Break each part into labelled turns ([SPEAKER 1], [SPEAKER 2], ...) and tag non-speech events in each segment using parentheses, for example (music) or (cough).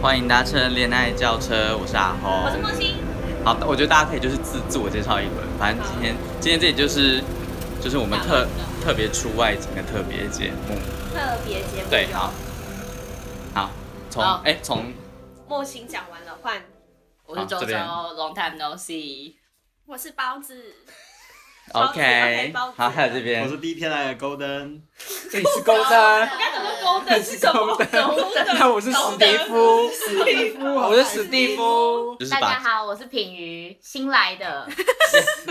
[SPEAKER 1] 欢迎搭乘恋爱轿车，我是阿红。
[SPEAKER 2] 我是莫欣，
[SPEAKER 1] 好，我觉得大家可以就是自自我介绍一轮，反正今天今天这里就是就是我们特特别出外景的特别节目。
[SPEAKER 2] 特别节目
[SPEAKER 1] 对，
[SPEAKER 2] 有
[SPEAKER 1] 好，好，从
[SPEAKER 3] 好
[SPEAKER 1] 哎从
[SPEAKER 2] 莫欣讲完了，换
[SPEAKER 3] 我是周
[SPEAKER 1] 好这
[SPEAKER 3] 周
[SPEAKER 1] 边
[SPEAKER 3] ，long time no see。
[SPEAKER 2] 我是包子，包
[SPEAKER 1] OK，
[SPEAKER 2] 子 OK，包子
[SPEAKER 1] 好，还有这
[SPEAKER 4] 我
[SPEAKER 1] 边
[SPEAKER 4] 是第一天来的 Golden，
[SPEAKER 5] 这里是勾搭，
[SPEAKER 2] 刚怎么勾的是什么？勾的
[SPEAKER 5] (laughs) 那我是史蒂夫，史蒂夫，我是史蒂夫，
[SPEAKER 1] 就是
[SPEAKER 6] 大家
[SPEAKER 1] 把
[SPEAKER 6] 好，我是品瑜，新
[SPEAKER 3] (laughs)
[SPEAKER 6] 来的。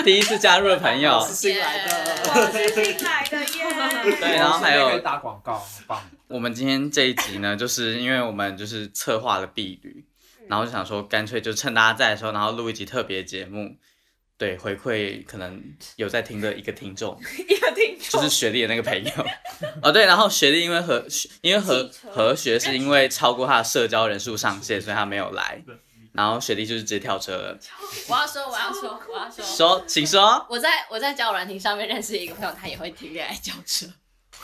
[SPEAKER 1] 第一次加入的朋友
[SPEAKER 5] 我，是新来的，
[SPEAKER 2] 我是新来的耶。
[SPEAKER 1] 对，然后还
[SPEAKER 5] 我是那
[SPEAKER 1] 有
[SPEAKER 5] 个打广告，好棒，
[SPEAKER 1] 我们今天这一集呢，就是因为我们就是策划了避旅，
[SPEAKER 2] 嗯
[SPEAKER 1] 然后就想说干脆就趁大家在的时候，然后录一集特别节目，对，回馈可能有在听的一个听众，
[SPEAKER 2] (laughs) 一个听
[SPEAKER 1] 就
[SPEAKER 2] 众
[SPEAKER 1] 是学弟的那个朋友。 (laughs) 哦，对，然后学弟因为和因为和
[SPEAKER 2] 汽车
[SPEAKER 1] 和学是因为超过他的社交人数上限，所以他没有来。然后学弟就是直接跳车了，
[SPEAKER 3] 我要说，我要
[SPEAKER 6] (laughs)
[SPEAKER 3] 说，我要说，
[SPEAKER 1] 说，请说。哦，
[SPEAKER 3] 我在我在交友软体上面认识一个朋友，他也会听恋爱轿
[SPEAKER 6] (laughs)
[SPEAKER 3] 车，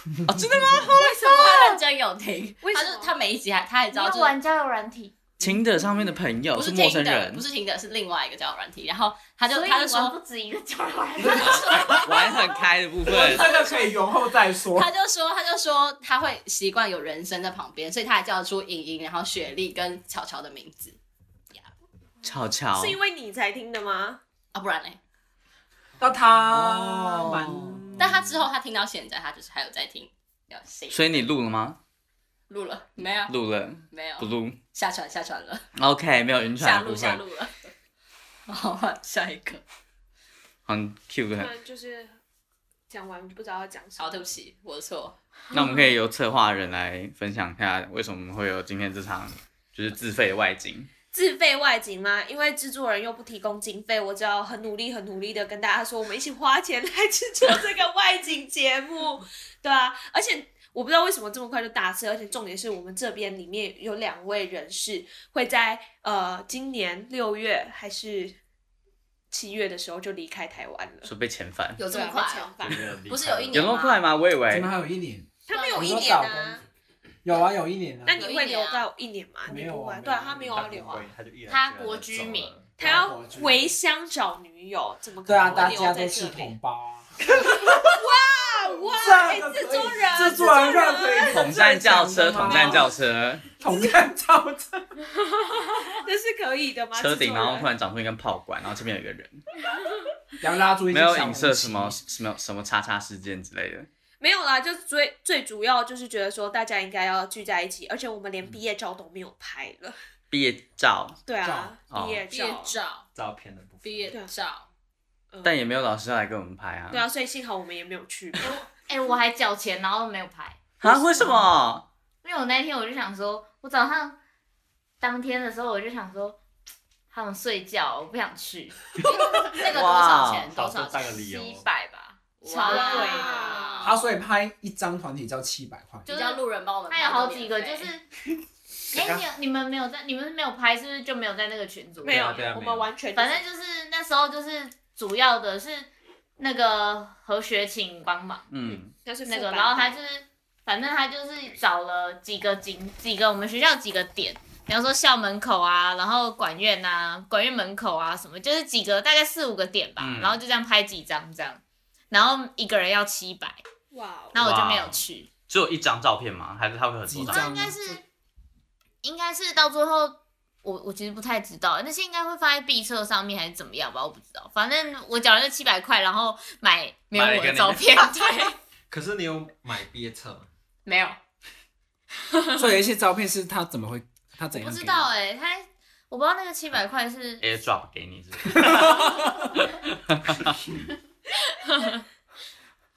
[SPEAKER 1] 真的吗？
[SPEAKER 3] 为什么他认真有听？
[SPEAKER 2] 为
[SPEAKER 3] 他
[SPEAKER 2] 什
[SPEAKER 3] 就
[SPEAKER 2] 么
[SPEAKER 3] 他每一集还他还知
[SPEAKER 6] 你
[SPEAKER 3] 道
[SPEAKER 6] 有
[SPEAKER 3] 就是。
[SPEAKER 6] 玩交友软体，
[SPEAKER 1] 情的上面的朋友
[SPEAKER 3] 不是
[SPEAKER 1] 陌
[SPEAKER 3] 听
[SPEAKER 1] 生
[SPEAKER 3] 的，
[SPEAKER 1] 人
[SPEAKER 3] 不，是听的，是另外一个交友软体。然后他就
[SPEAKER 6] 所以
[SPEAKER 3] 他就 (laughs)
[SPEAKER 6] 你玩
[SPEAKER 3] 说，
[SPEAKER 6] 不止一个交友软体。
[SPEAKER 1] 玩很开的部分。
[SPEAKER 5] 这个可以延后再说。
[SPEAKER 3] 他就说，他就说他会习惯有人声在旁边，所以他还叫得出莹莹，然后雪莉跟巧巧的名字
[SPEAKER 1] 巧巧，
[SPEAKER 2] (laughs) 是因为你才听的吗？
[SPEAKER 3] 啊，不然嘞。
[SPEAKER 5] 那他
[SPEAKER 1] 哦
[SPEAKER 5] 蛮，
[SPEAKER 3] 但他之后他听到现在，他就是还有在听，要信
[SPEAKER 1] 所以你录了吗？
[SPEAKER 3] 录了没有？
[SPEAKER 1] 录了，
[SPEAKER 3] 没有
[SPEAKER 1] 不，录。
[SPEAKER 3] 下船下船了，
[SPEAKER 1] OK，没有晕船
[SPEAKER 3] 下
[SPEAKER 1] 的
[SPEAKER 3] 路
[SPEAKER 1] 部
[SPEAKER 3] 下
[SPEAKER 1] 分，
[SPEAKER 3] 路了。 (laughs) 好，换下一个。
[SPEAKER 1] 很 Q 的很。
[SPEAKER 2] 那就是讲完不知道要讲什
[SPEAKER 3] 好，
[SPEAKER 2] 么
[SPEAKER 3] 对。不起，我的错。
[SPEAKER 1] 那我们可以由策划人来分享一下，为什么会有今天这场就是自费外景？
[SPEAKER 2] 自费外景吗？因为制作人又不提供经费，我只要很努力、很努力的跟大家说，我们一起花钱来制作这个外景节目，对啊，而且我不知道为什么这么快就大四，而且重点是我们这边里面有两位人士会在呃今年六月还是七月的时候就离开台湾了，
[SPEAKER 1] 说被遣返，
[SPEAKER 3] 有这
[SPEAKER 2] 对
[SPEAKER 3] 么
[SPEAKER 2] 啊
[SPEAKER 3] 快
[SPEAKER 2] 被
[SPEAKER 3] 啊
[SPEAKER 2] 遣？
[SPEAKER 5] (laughs)
[SPEAKER 2] 返
[SPEAKER 3] 不是有一年
[SPEAKER 1] 有那么快吗？我以
[SPEAKER 5] 怎
[SPEAKER 1] 为
[SPEAKER 5] 么还有一年？
[SPEAKER 2] 他们有
[SPEAKER 5] 你
[SPEAKER 2] 一
[SPEAKER 5] 说
[SPEAKER 2] 年
[SPEAKER 5] 找
[SPEAKER 2] 啊，
[SPEAKER 5] 有啊，有一年啊。
[SPEAKER 2] 那你会
[SPEAKER 3] 有一年
[SPEAKER 2] 留
[SPEAKER 3] 啊
[SPEAKER 2] 到一年吗？你
[SPEAKER 5] 没有
[SPEAKER 2] 不
[SPEAKER 5] 啊
[SPEAKER 2] 会，对啊，他没有要留
[SPEAKER 4] 留
[SPEAKER 2] 啊，，
[SPEAKER 4] 他就毅然
[SPEAKER 6] 他
[SPEAKER 4] 决然地
[SPEAKER 6] 国居
[SPEAKER 4] 走了
[SPEAKER 6] 民
[SPEAKER 2] 他要回乡找女友，怎么可
[SPEAKER 5] 对啊，
[SPEAKER 2] 能
[SPEAKER 5] 大
[SPEAKER 2] 会留
[SPEAKER 5] 家
[SPEAKER 2] 在
[SPEAKER 5] 都
[SPEAKER 2] 这
[SPEAKER 5] 是
[SPEAKER 2] 里？
[SPEAKER 5] 同胞啊。
[SPEAKER 2] 哇，哎
[SPEAKER 5] 这个可以
[SPEAKER 2] 制作人，
[SPEAKER 5] 制作人让可以
[SPEAKER 1] 统战轿车，
[SPEAKER 5] (laughs) 这
[SPEAKER 1] 统
[SPEAKER 5] 样讲的吗
[SPEAKER 1] 战轿车，
[SPEAKER 5] 统战轿车，
[SPEAKER 2] 这是可以的吗？
[SPEAKER 1] 车顶
[SPEAKER 2] 制
[SPEAKER 1] 然
[SPEAKER 2] 作
[SPEAKER 1] 后
[SPEAKER 2] 人
[SPEAKER 1] 突然长出一根炮管，然后前面有一个人，
[SPEAKER 5] 要拉住一
[SPEAKER 1] 没
[SPEAKER 5] 些
[SPEAKER 1] 有
[SPEAKER 5] 小
[SPEAKER 1] 影射
[SPEAKER 5] 红
[SPEAKER 1] 什
[SPEAKER 5] 旗
[SPEAKER 1] 么什么什么叉叉事件之类的。
[SPEAKER 2] 没有啦，就最最主要就是觉得说大家应该要聚在一起，而且我
[SPEAKER 1] 嗯
[SPEAKER 2] 们连毕业照都没有拍了。
[SPEAKER 1] 毕业照，
[SPEAKER 2] 对啊，
[SPEAKER 1] 照
[SPEAKER 2] 毕业
[SPEAKER 3] 毕业
[SPEAKER 2] 照，
[SPEAKER 3] 照，
[SPEAKER 4] 照片的部分。
[SPEAKER 3] 毕业照。
[SPEAKER 2] 嗯
[SPEAKER 1] 但也没有老师要来跟我们拍啊。
[SPEAKER 2] 对啊，所以幸好我们也没有去。
[SPEAKER 6] 哎、我还缴钱，然后没有排，
[SPEAKER 1] 啊，为什么？
[SPEAKER 6] 因为我那天我就想说，我早上当天的时候我就想说，他们睡觉，我不想
[SPEAKER 3] (laughs)
[SPEAKER 6] 去，
[SPEAKER 3] 那个多少钱？
[SPEAKER 4] 哇
[SPEAKER 3] 多少
[SPEAKER 4] 少说
[SPEAKER 3] 钱
[SPEAKER 4] 占？个理由
[SPEAKER 6] 七百吧，超
[SPEAKER 3] 哇
[SPEAKER 6] 贵的。
[SPEAKER 5] 啊，所以拍一张团体照七百块，
[SPEAKER 3] 就叫路人帮我们拍免
[SPEAKER 6] 他有
[SPEAKER 3] 费。
[SPEAKER 6] 好几个，就是，哎、你有你们没有在，你们没有排，是不是就没有在那个群组？
[SPEAKER 2] 没有
[SPEAKER 1] 对啊对啊，
[SPEAKER 2] 我
[SPEAKER 1] 没有
[SPEAKER 2] 们完全
[SPEAKER 6] 反正就是那时候就是主要的是那个何学请帮忙。
[SPEAKER 1] 嗯，
[SPEAKER 2] 就是
[SPEAKER 6] 那
[SPEAKER 2] 副
[SPEAKER 6] 个，
[SPEAKER 2] 班
[SPEAKER 6] 然后他
[SPEAKER 2] 带
[SPEAKER 6] 就是，反正他就是找了几个景，几个我们学校几个点，比方说校门口啊，然后管院呐、管院门口啊什么，就是几个大概四五个点吧，
[SPEAKER 1] 嗯
[SPEAKER 6] 然后就这样拍几张这样，然后一个人要七百，
[SPEAKER 2] 哇哦，
[SPEAKER 6] 那我就
[SPEAKER 1] 哇
[SPEAKER 6] 没有去，
[SPEAKER 1] 只有一张照片吗？还是他会很多
[SPEAKER 5] 几
[SPEAKER 1] 张？
[SPEAKER 6] 那
[SPEAKER 5] 张
[SPEAKER 6] 应
[SPEAKER 5] 啊
[SPEAKER 6] 该是，应该是到最后。我我其实不太知道，那些应该会放在 B 册上面还是怎么样吧，我不知道。反正我缴了那七百块，然后买没有
[SPEAKER 1] 买了一
[SPEAKER 6] 我
[SPEAKER 1] 个
[SPEAKER 6] 的
[SPEAKER 1] 那
[SPEAKER 6] 照
[SPEAKER 1] 个
[SPEAKER 6] 片，对，
[SPEAKER 4] 可是你有买毕业册吗？
[SPEAKER 6] 没有。
[SPEAKER 5] (laughs) 所以有一些照片是他怎么会，他怎 (laughs)
[SPEAKER 6] 不
[SPEAKER 5] 样？
[SPEAKER 6] 知道。哎、他我不知道那个七百块是
[SPEAKER 1] AirDrop 给你是不是？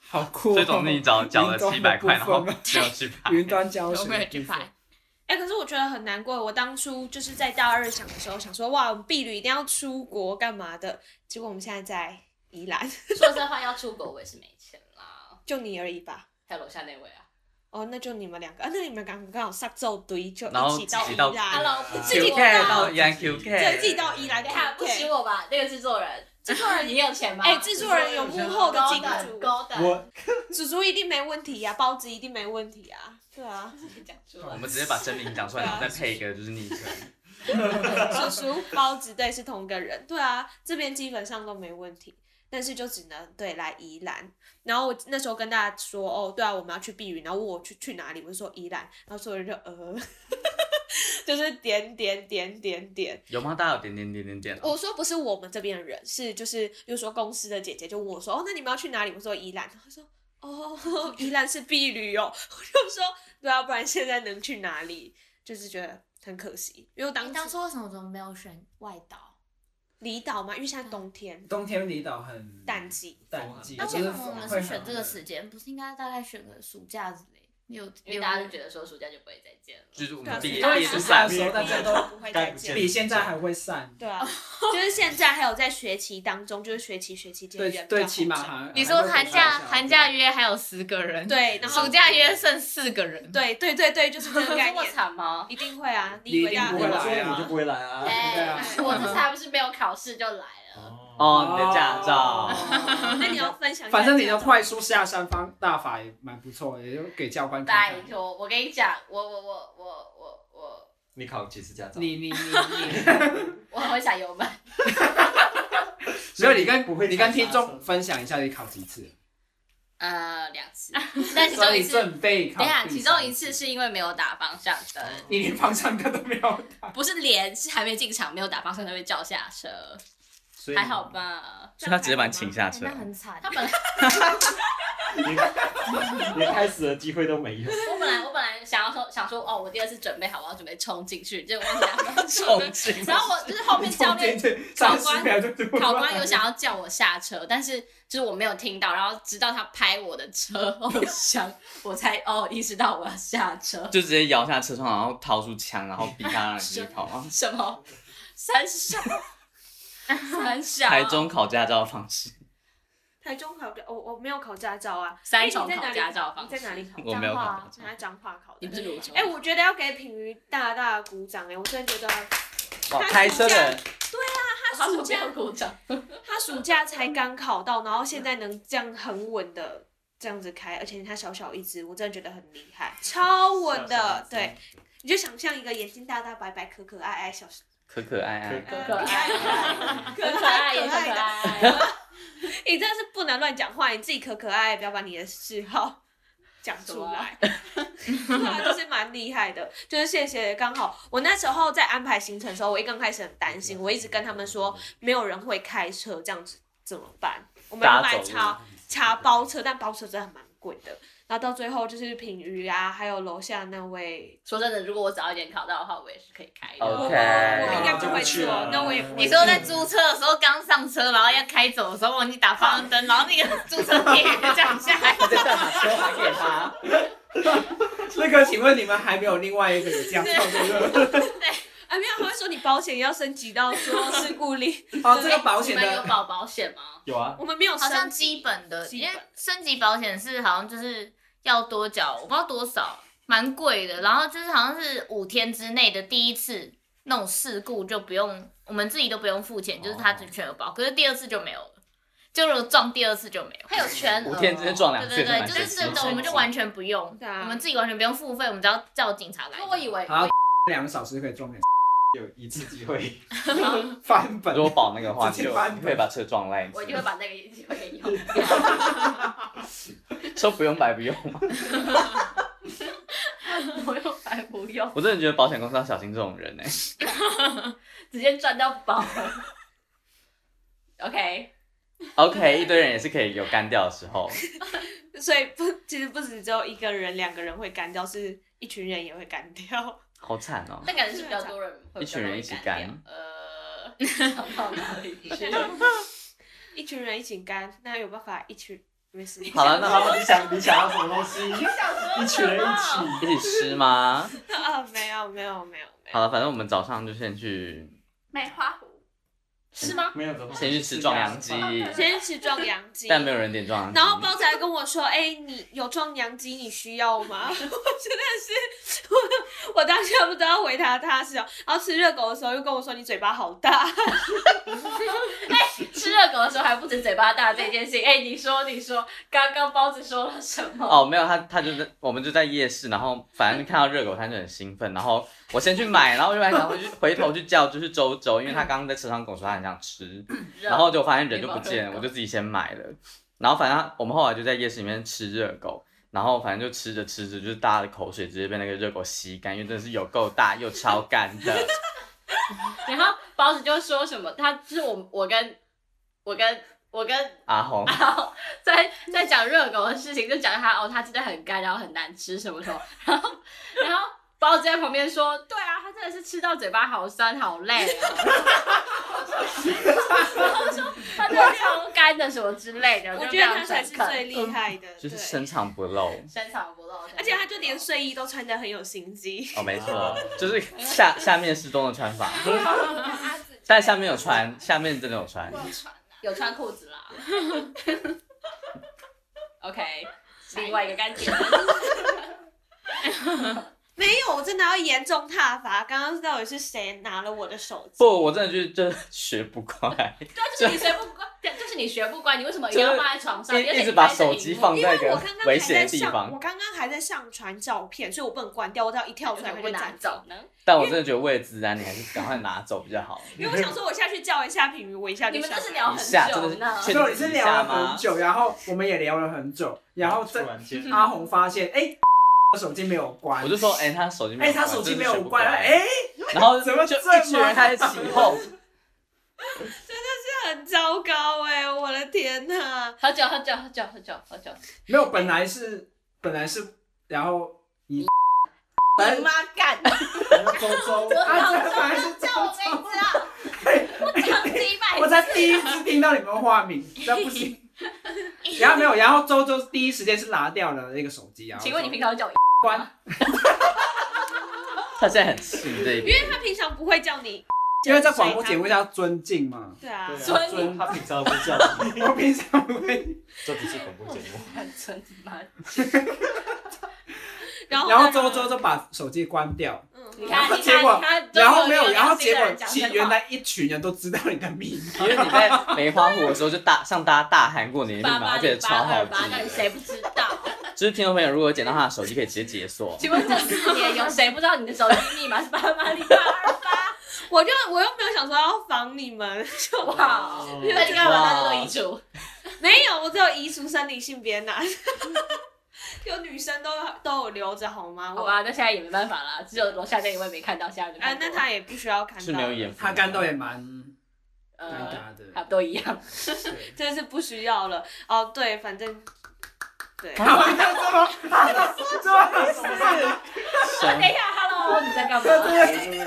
[SPEAKER 5] 好酷、哦！
[SPEAKER 1] 所以总之你找缴了
[SPEAKER 5] 云端
[SPEAKER 1] 七百块，然后
[SPEAKER 5] 部分
[SPEAKER 1] 只有七百。
[SPEAKER 5] 云端教
[SPEAKER 6] 我
[SPEAKER 5] 学，
[SPEAKER 6] 没有去拍，
[SPEAKER 2] 哎、可是我觉得很难过。我当初就是在大二想的时候，想说哇，我们毕旅一定要出国干嘛的，结果我们现在在宜兰，
[SPEAKER 3] 说实话，要出国我也是没钱啦，
[SPEAKER 2] 就你而已吧。
[SPEAKER 3] 还有楼下那位啊。
[SPEAKER 2] 哦，那就你们两个，啊、那你们刚刚好上周堆就
[SPEAKER 1] 然后
[SPEAKER 2] 一起到
[SPEAKER 1] 自己
[SPEAKER 2] 宜
[SPEAKER 1] 到
[SPEAKER 2] 兰，
[SPEAKER 3] Hello，
[SPEAKER 4] 不
[SPEAKER 2] 自
[SPEAKER 4] 是
[SPEAKER 2] 己
[SPEAKER 1] QK
[SPEAKER 2] 到
[SPEAKER 1] 啊到宜兰
[SPEAKER 4] 自己
[SPEAKER 1] QK，
[SPEAKER 2] 对自己到宜兰，
[SPEAKER 3] 哎呀，不
[SPEAKER 2] 对
[SPEAKER 3] 许我吧，那个制作人。
[SPEAKER 2] 制作人
[SPEAKER 3] 你有钱吗？
[SPEAKER 2] 哎制作人有幕后的金主
[SPEAKER 3] 高等，
[SPEAKER 5] 我
[SPEAKER 2] (laughs) 祖祖一定没问题呀、包子一定没问题啊。对啊，
[SPEAKER 3] (laughs) 讲出
[SPEAKER 1] 我
[SPEAKER 3] 来。
[SPEAKER 1] 们直接把真名讲出来，然后再配一个就是昵称。
[SPEAKER 2] 叔叔包子对是同一个人，对啊，这边基本上都没问题，但是就只能对来宜兰。然后我那时候跟大家说，哦，对啊，我们要去避雨，然后问我去去哪里，我就说宜兰，然后所有人就呃， (laughs) 就是点点点点点。
[SPEAKER 1] 有吗？大家有点点点点点哦。
[SPEAKER 2] 我说不是我们这边的人，是就是比如说公司的姐姐就问我说，哦，那你们要去哪里？我说宜兰，她说。哦， (laughs) 宜兰是避旅哦， (laughs) 我就说对啊，不然现在能去哪里？就是觉得很可惜，因为我当
[SPEAKER 6] 你
[SPEAKER 2] 时
[SPEAKER 6] 当初为什么怎么没有选外岛？
[SPEAKER 2] 离岛嘛，因为现在
[SPEAKER 6] 嗯
[SPEAKER 2] 冬天
[SPEAKER 5] 冬天离岛很
[SPEAKER 2] 淡季，
[SPEAKER 5] 淡季，
[SPEAKER 6] 那
[SPEAKER 4] 而
[SPEAKER 6] 为
[SPEAKER 4] 且
[SPEAKER 6] 什
[SPEAKER 4] 我
[SPEAKER 5] 就是
[SPEAKER 4] 觉
[SPEAKER 6] 么
[SPEAKER 4] 得
[SPEAKER 6] 我
[SPEAKER 5] 会
[SPEAKER 6] 们是
[SPEAKER 5] 很
[SPEAKER 6] 选这个时间？不是应该大概选个暑假之类？六
[SPEAKER 3] 因为
[SPEAKER 6] 六
[SPEAKER 3] 大家就
[SPEAKER 6] 日
[SPEAKER 3] 觉得说暑假就不会再见
[SPEAKER 1] (laughs)
[SPEAKER 3] 了。
[SPEAKER 1] 就是我
[SPEAKER 5] 嗯
[SPEAKER 2] 对啊
[SPEAKER 1] 们毕业
[SPEAKER 2] 所以
[SPEAKER 1] 毕业
[SPEAKER 2] 暑
[SPEAKER 1] 就
[SPEAKER 2] 假
[SPEAKER 1] 散
[SPEAKER 5] 的时候
[SPEAKER 1] 了
[SPEAKER 5] 大家都
[SPEAKER 2] 不
[SPEAKER 5] (laughs)
[SPEAKER 2] 会
[SPEAKER 4] 该
[SPEAKER 2] 再
[SPEAKER 4] 不
[SPEAKER 2] 见
[SPEAKER 4] 见
[SPEAKER 5] 比现在还会散。
[SPEAKER 2] 对啊，就是现在还有在学期当中，就是学期学期间
[SPEAKER 5] 对
[SPEAKER 2] 人比
[SPEAKER 5] 对，
[SPEAKER 2] 较
[SPEAKER 5] 起码
[SPEAKER 2] 好找
[SPEAKER 5] 还
[SPEAKER 6] 你说寒假
[SPEAKER 5] 还会有
[SPEAKER 6] 寒假约还有十个人，，
[SPEAKER 2] 对，然后
[SPEAKER 6] 暑假约剩四个人，
[SPEAKER 2] 对对对对，就是这个概
[SPEAKER 6] (laughs)
[SPEAKER 3] 这么
[SPEAKER 2] 念，
[SPEAKER 3] 惨吗？
[SPEAKER 2] 一定会啊，你
[SPEAKER 5] 你
[SPEAKER 2] 以
[SPEAKER 5] 一
[SPEAKER 2] 为
[SPEAKER 5] 定
[SPEAKER 2] 大
[SPEAKER 5] 不
[SPEAKER 2] 家
[SPEAKER 5] 会
[SPEAKER 4] 我
[SPEAKER 5] 来啊
[SPEAKER 4] 说你就不会来啊。
[SPEAKER 5] 对
[SPEAKER 3] 哎
[SPEAKER 5] 啊，
[SPEAKER 3] 我这次还不是没有考试就来了。
[SPEAKER 1] 嗯哦，你的驾照。
[SPEAKER 5] 哦
[SPEAKER 2] 那你要分享一下，
[SPEAKER 5] 反正你的快速下山方大法也蛮不错的，也就给教官看
[SPEAKER 3] 拜
[SPEAKER 1] 啊
[SPEAKER 5] 看。
[SPEAKER 3] 托，我跟你讲，我我我我我我
[SPEAKER 4] 你考几次驾照？
[SPEAKER 5] 你你你 (laughs) 你，
[SPEAKER 3] 我很会踩油门，
[SPEAKER 5] 没有你跟
[SPEAKER 4] 不会
[SPEAKER 5] 你跟
[SPEAKER 4] 踩刹
[SPEAKER 5] 听众
[SPEAKER 4] 车
[SPEAKER 5] 分享一下你考几次？
[SPEAKER 3] 呃，两次，但其
[SPEAKER 5] 所
[SPEAKER 3] 中
[SPEAKER 5] 以
[SPEAKER 3] 一
[SPEAKER 5] 你
[SPEAKER 3] 次，
[SPEAKER 5] 准备考
[SPEAKER 3] 等一下，
[SPEAKER 5] 第三次。
[SPEAKER 3] 其中一次是因为没有打方向灯，
[SPEAKER 5] 你连方向灯都没有打。
[SPEAKER 3] 不是连是还没进场，没有打方向灯被叫下车，
[SPEAKER 4] 所以
[SPEAKER 3] 还好吧？
[SPEAKER 1] 所以他直接把你请下车
[SPEAKER 6] 哎那很惨
[SPEAKER 3] 他。本来
[SPEAKER 4] 你连开始的机会都没有。
[SPEAKER 3] 我本来我本来想要说想说哦，我第二次准备好，我要准备冲进去，就忘记打方向灯。
[SPEAKER 1] 进
[SPEAKER 3] 然后我就是后
[SPEAKER 5] (laughs)
[SPEAKER 3] 面教练
[SPEAKER 5] 三十秒就读完
[SPEAKER 3] 考官有想要叫我下车，但是就是我没有听到，然后直到他拍我的车后箱，我才哦意识到我要下车。？
[SPEAKER 1] 就直接摇下车窗，然后掏出枪，然后逼他让你继续跑吗
[SPEAKER 3] 什么？三小？三小？
[SPEAKER 1] 台中考驾照的方式，
[SPEAKER 2] 台中考驾，我我没有考驾照啊，
[SPEAKER 3] 三重
[SPEAKER 2] 哎你在哪
[SPEAKER 3] 考
[SPEAKER 2] 里
[SPEAKER 3] 驾照方
[SPEAKER 2] 你在
[SPEAKER 3] 式？
[SPEAKER 2] 哪里考？
[SPEAKER 1] 我没有考
[SPEAKER 6] 彰化
[SPEAKER 1] 驾
[SPEAKER 2] 你在彰化考
[SPEAKER 3] 你
[SPEAKER 2] 的
[SPEAKER 3] 不。是泸州？
[SPEAKER 2] 哎、我觉得要给品瑜大大的鼓掌哎、我真的觉得
[SPEAKER 1] 照。哇，开车的人
[SPEAKER 3] 他暑假鼓掌。
[SPEAKER 2] 他暑假才刚考到，然后现在能这样很稳的这样子开，而且他小小一只，我真的觉得很厉害，超稳的。对，，你就想象一个眼睛大大、白白、可可爱爱、小
[SPEAKER 1] 可可爱爱，
[SPEAKER 4] 可
[SPEAKER 2] 可爱 (laughs)
[SPEAKER 3] 可爱也很可爱。 (laughs)
[SPEAKER 2] 你真的是不能乱讲话，你自己可可爱，不要把你的嗜好讲出
[SPEAKER 1] 啊
[SPEAKER 2] 来。对啊，就是蛮厉害的，就是谢谢。刚好我那时候在安排行程的时候，我一刚开始很担心，我一直跟他们说没有人会开车，这样子怎么办？我们
[SPEAKER 1] 大家
[SPEAKER 2] 要买
[SPEAKER 1] 走
[SPEAKER 2] 茶
[SPEAKER 1] 路。
[SPEAKER 2] 查包车，但包车真的蛮贵的。然后到最后就是品鱼啊，还有楼下那位，
[SPEAKER 3] 说真的，如果我早一点考到的话，我也是可以开
[SPEAKER 1] 哦
[SPEAKER 3] 的。
[SPEAKER 2] 我
[SPEAKER 1] OK
[SPEAKER 2] 我应该不会
[SPEAKER 4] 就不去
[SPEAKER 2] 坐
[SPEAKER 4] 了，
[SPEAKER 2] 那我也不会
[SPEAKER 6] 你说
[SPEAKER 5] 嗯
[SPEAKER 6] 在租车的时候刚上车，然后要开走的时候忘记打方向灯，然后那个租车店员就这样下来，
[SPEAKER 1] 我就再把车还给他。
[SPEAKER 5] 那个，请问你们还没有另外一个有这样操作的？
[SPEAKER 2] 哎没有，他会说你保险要升级到说事故率， (laughs)
[SPEAKER 5] 好，这个保险
[SPEAKER 3] 你们有
[SPEAKER 5] 的
[SPEAKER 3] 保保险吗？
[SPEAKER 1] (laughs)
[SPEAKER 4] 有啊，
[SPEAKER 2] 我们没有
[SPEAKER 6] 好
[SPEAKER 2] 升级，
[SPEAKER 6] 像基本的，
[SPEAKER 2] 基
[SPEAKER 6] 因
[SPEAKER 2] 本
[SPEAKER 6] 为升级保险是好像就是要多缴，我不知道多少，蛮贵的。然后就是好像是五天之内的第一次那种事故就不用，我们自己都不用付钱，就是他只全额保。可是第二次就没有了，就如果撞第二次就没有。
[SPEAKER 3] 它有全额。
[SPEAKER 1] 五天之内撞两
[SPEAKER 6] 对
[SPEAKER 1] 次
[SPEAKER 6] 对
[SPEAKER 1] 也蛮
[SPEAKER 6] 对，
[SPEAKER 1] 神
[SPEAKER 6] 就
[SPEAKER 1] 奇的，
[SPEAKER 6] 是这种，我们就完全不用，
[SPEAKER 2] 对啊
[SPEAKER 6] 我们自己完全不用付费，我们只要叫警察来
[SPEAKER 3] (laughs) 因。为我以为
[SPEAKER 5] 好两个小时可以撞点
[SPEAKER 4] 有一次机会。
[SPEAKER 2] (laughs)
[SPEAKER 5] 翻本
[SPEAKER 1] 如。果保那个的话，你
[SPEAKER 5] 直接
[SPEAKER 1] 就
[SPEAKER 5] 翻
[SPEAKER 1] 可以把车撞烂一
[SPEAKER 3] 我就会
[SPEAKER 1] 次。
[SPEAKER 3] 把那个机会给用哦掉。
[SPEAKER 1] 说不用白不用吗？
[SPEAKER 3] 不用白不用，
[SPEAKER 1] 我真的觉得保险公司要小心这种人哎。
[SPEAKER 3] 直接赚到宝。OK， (laughs)
[SPEAKER 1] OK，一堆人也是可以有干掉的时候。
[SPEAKER 2] 所以不，其实不止只有一个人、两个人会干掉，是一群人也会干掉。
[SPEAKER 1] 好惨哦！
[SPEAKER 3] 但感觉是比较多人会
[SPEAKER 1] 一群人一起干
[SPEAKER 3] 比较容易掉呃， (laughs) 想到哪里去？
[SPEAKER 2] (laughs) 一群人一起干，那有办法一群没事。
[SPEAKER 1] 好了，那
[SPEAKER 4] 你想你想要什么东西？一群人一起。
[SPEAKER 1] 一起吃吗？
[SPEAKER 2] (laughs) 啊，没有没有没有没有，
[SPEAKER 1] 好了，反正我们早上就先去
[SPEAKER 3] 梅花湖是吗？
[SPEAKER 4] 没有怎么
[SPEAKER 1] 先去吃壮阳鸡，
[SPEAKER 5] 啊
[SPEAKER 2] 先吃
[SPEAKER 1] (laughs)
[SPEAKER 2] 壮阳鸡。
[SPEAKER 1] 但没有人点壮阳鸡。
[SPEAKER 2] 然后包 (laughs) 子还跟我说：“哎、你有壮阳鸡，你需要吗？”我真的是，我我当下不知道回答他是哦，然后吃热狗的时候又跟我说你嘴巴好大，
[SPEAKER 3] (laughs) 吃热狗的时候还不止嘴巴大这件事情。哎、你说，你说，刚刚包子说了什
[SPEAKER 1] (laughs)
[SPEAKER 3] 么？
[SPEAKER 1] 哦，没有，他他就在我们就在夜市，然后反正看到热狗摊就很兴奋，然后我先去买，然后就买，然后就回头去叫就是周周，因为他刚刚在车上跟我说他很想吃，然后就发现人就不见
[SPEAKER 3] 有
[SPEAKER 1] 了，
[SPEAKER 3] 热狗
[SPEAKER 1] 我就自己先买了，然后反正我们后来就在夜市里面吃热狗。然后反正就吃着吃着，就是大家的口水直接被那个热狗吸干，因为真的是有够大又超干的。
[SPEAKER 3] 然后包子就说什么，他就是我，我跟我跟我跟
[SPEAKER 1] 阿红，
[SPEAKER 3] (laughs) 在在讲热狗的事情，就讲他哦，他真的很干，然后很难吃什么什么，然后然后包子在旁边说，对啊，他真的是吃到嘴巴好酸好累哦，然后说他真的超干的什么之类的，
[SPEAKER 2] 我觉
[SPEAKER 3] 就非
[SPEAKER 2] 得
[SPEAKER 3] 常
[SPEAKER 2] 他才是
[SPEAKER 3] 诚恳
[SPEAKER 2] 最厉害的，
[SPEAKER 1] 嗯就是
[SPEAKER 2] 对，
[SPEAKER 1] 深藏不
[SPEAKER 3] (laughs)
[SPEAKER 1] 露。
[SPEAKER 3] 深藏不露，
[SPEAKER 2] 而且他就连睡衣都穿的很有心机，
[SPEAKER 1] 哦，没错，就是下下面是中的穿法，
[SPEAKER 7] 阿紫
[SPEAKER 1] 但下面有穿，下面真的有穿。
[SPEAKER 3] 有穿裤
[SPEAKER 2] (laughs)
[SPEAKER 3] 子啦，OK，另外一个
[SPEAKER 2] (laughs)
[SPEAKER 3] 干净的。
[SPEAKER 2] 没有，我真的要严重挞伐，刚刚到底是谁拿了我的手机？
[SPEAKER 1] 不，我真的 (laughs) 就是就是学不过
[SPEAKER 3] (laughs)
[SPEAKER 1] 来，
[SPEAKER 3] 啊就是你学不乖，就是你学不乖，你为什么一定要放在床上？
[SPEAKER 1] 一一直把手机放
[SPEAKER 2] 因
[SPEAKER 1] 在一
[SPEAKER 2] 为我
[SPEAKER 1] 个
[SPEAKER 2] 刚刚还
[SPEAKER 1] 危险
[SPEAKER 2] 在
[SPEAKER 1] 的地
[SPEAKER 2] 上，我
[SPEAKER 1] 方。
[SPEAKER 2] 刚刚还在上传照片，所以我不能关掉，我只要一跳
[SPEAKER 3] 跳
[SPEAKER 2] 出
[SPEAKER 3] 出
[SPEAKER 2] 来它
[SPEAKER 3] 来会
[SPEAKER 2] 就
[SPEAKER 3] 哎被
[SPEAKER 2] 拿
[SPEAKER 3] 拿
[SPEAKER 2] 走
[SPEAKER 3] 走。呢？
[SPEAKER 1] 但我真的觉得为了治安，你还是赶快拿走比较
[SPEAKER 3] (laughs)
[SPEAKER 1] 好。
[SPEAKER 2] (laughs) 因为我想说，我下去叫一下品瑜，我一下就
[SPEAKER 3] 你们
[SPEAKER 2] 上
[SPEAKER 3] 真是
[SPEAKER 2] 来了
[SPEAKER 1] 一
[SPEAKER 3] 聊很
[SPEAKER 1] 下真的
[SPEAKER 3] 久呢
[SPEAKER 1] 是确
[SPEAKER 5] 就
[SPEAKER 1] 定
[SPEAKER 5] 你是
[SPEAKER 1] 一
[SPEAKER 5] 聊
[SPEAKER 1] 下
[SPEAKER 5] 了
[SPEAKER 1] 吗 (laughs)
[SPEAKER 5] 很？久，然后我们也聊了很久，然后
[SPEAKER 4] 突
[SPEAKER 5] 这
[SPEAKER 4] 然间，
[SPEAKER 5] 阿红发现，哎、 (laughs) 手机没有关，
[SPEAKER 1] 我就说，哎，他手机没
[SPEAKER 5] 哎、
[SPEAKER 1] 有
[SPEAKER 5] 他
[SPEAKER 1] 关，
[SPEAKER 5] 手机
[SPEAKER 1] 真
[SPEAKER 5] 没
[SPEAKER 1] 的学
[SPEAKER 5] 有
[SPEAKER 1] 不过
[SPEAKER 5] 关，
[SPEAKER 1] 来。
[SPEAKER 5] 哎、
[SPEAKER 1] 然后
[SPEAKER 5] (laughs) 怎
[SPEAKER 1] 就
[SPEAKER 5] 么这
[SPEAKER 1] 一群人
[SPEAKER 5] 么
[SPEAKER 1] 开始起哄，
[SPEAKER 2] 很糟糕哎、我的天呐！
[SPEAKER 3] 喝酒，喝酒，喝酒，喝酒，喝酒。
[SPEAKER 5] 没有，本来是本来是，然后 (laughs) 你，反
[SPEAKER 3] 你
[SPEAKER 5] 正
[SPEAKER 3] 妈干！
[SPEAKER 4] 然后周周，
[SPEAKER 5] 啊，这本来是
[SPEAKER 3] 叫我名字啊！我讲几百
[SPEAKER 5] 我
[SPEAKER 3] 次，
[SPEAKER 5] 才第一次听到你们化名， (laughs) 那不行。然后没有，然后周周第一时间是拿掉了那个手机啊。
[SPEAKER 3] 请问你平常叫我
[SPEAKER 5] 关？
[SPEAKER 1] 他现在很气这一
[SPEAKER 2] 因
[SPEAKER 1] 边。
[SPEAKER 2] (laughs) 为他平常不会叫你，
[SPEAKER 5] (laughs) 因为在广播节目叫尊敬
[SPEAKER 3] (laughs)
[SPEAKER 5] 嘛，
[SPEAKER 2] 对啊，
[SPEAKER 4] 对啊，尊他平常不叫你，
[SPEAKER 5] 我平常不会。
[SPEAKER 4] 这不是恐怖节目。
[SPEAKER 3] 存你妈？
[SPEAKER 2] 然后
[SPEAKER 5] 然后
[SPEAKER 2] 呢
[SPEAKER 5] 周周，就把手机关掉，
[SPEAKER 3] (laughs)
[SPEAKER 2] 嗯，
[SPEAKER 3] 你
[SPEAKER 5] 然
[SPEAKER 3] 看，
[SPEAKER 5] 后
[SPEAKER 3] 你
[SPEAKER 5] 结
[SPEAKER 3] 看，
[SPEAKER 5] 果
[SPEAKER 3] 你看，
[SPEAKER 5] 然后没
[SPEAKER 3] 有
[SPEAKER 5] 有，
[SPEAKER 3] 良
[SPEAKER 5] 然后
[SPEAKER 3] 心
[SPEAKER 5] 结
[SPEAKER 3] 的
[SPEAKER 5] 果
[SPEAKER 3] 人讲
[SPEAKER 5] 其
[SPEAKER 3] 真话
[SPEAKER 5] 原来一群人都知道你的秘密，
[SPEAKER 1] (laughs) 因为你在梅花湖的时候就大向大家大喊过你的密
[SPEAKER 3] 八
[SPEAKER 1] 码，
[SPEAKER 3] 八
[SPEAKER 1] 而且
[SPEAKER 3] 零
[SPEAKER 1] 超
[SPEAKER 3] 八
[SPEAKER 1] 好
[SPEAKER 3] 二
[SPEAKER 1] 记
[SPEAKER 3] 八，到底
[SPEAKER 1] 的。
[SPEAKER 3] 谁不知道？
[SPEAKER 1] 就是听众朋友如果捡到他的手机，可以直接解锁。
[SPEAKER 3] 请问这四年有谁不知道你的手机密码是八八零八二八？
[SPEAKER 2] 我就我又没有想说要防你们， (laughs) 就
[SPEAKER 3] 哇！那你干嘛大家都移除？
[SPEAKER 2] 没有，我只有移除生理性别男， (laughs) 有女生都都有留着好吗？
[SPEAKER 3] 好
[SPEAKER 2] 我
[SPEAKER 3] 吧，那现在也没办法啦，只有楼下那一位没看到，下一位没
[SPEAKER 2] 啊
[SPEAKER 3] 看，到
[SPEAKER 2] 那他也不需要看
[SPEAKER 1] 是没有
[SPEAKER 2] 到，
[SPEAKER 1] 眼福，
[SPEAKER 5] 他干到也蛮尴
[SPEAKER 3] 呃，
[SPEAKER 5] 尬的。
[SPEAKER 3] 差不多一样。
[SPEAKER 5] 对
[SPEAKER 2] (laughs) 真是不需要了。哦，对，反正对，
[SPEAKER 5] 他们干什么？这么
[SPEAKER 1] 什
[SPEAKER 3] 等一
[SPEAKER 1] 么
[SPEAKER 3] 下，Hello，你在干嘛？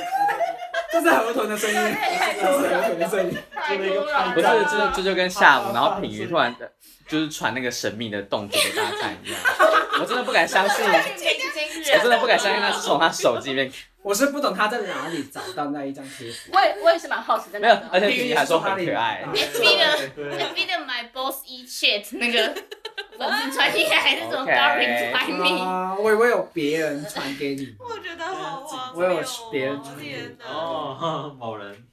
[SPEAKER 5] 这是河豚的声音，这是河豚的声音。
[SPEAKER 7] 太
[SPEAKER 4] 做了一个
[SPEAKER 7] 突然了，
[SPEAKER 1] 不是，这这就跟下午，然后品瑜突然的，就是传那个神秘的动作给大家看一样，我真的不敢相
[SPEAKER 3] (laughs)
[SPEAKER 1] 信，我
[SPEAKER 3] 今
[SPEAKER 1] 真的不敢相信他是从他手机里面，
[SPEAKER 5] 我是不懂他在哪里找到那一张贴纸。
[SPEAKER 3] 我也我也是蛮好奇在
[SPEAKER 1] 没有
[SPEAKER 3] 哪的，
[SPEAKER 1] 而且品瑜还说很可爱，
[SPEAKER 6] FB 的
[SPEAKER 4] 对，
[SPEAKER 6] FB 的 My Boss E Chat 那个粉丝传进来还是什么
[SPEAKER 1] OK
[SPEAKER 6] Darwin 传你，
[SPEAKER 5] 啊，我以为有别人传给你。
[SPEAKER 2] 我觉得好荒
[SPEAKER 5] 我有
[SPEAKER 2] 谬
[SPEAKER 5] 别人
[SPEAKER 2] 哦，
[SPEAKER 5] 传给
[SPEAKER 2] 天哪！
[SPEAKER 4] 哦，某人，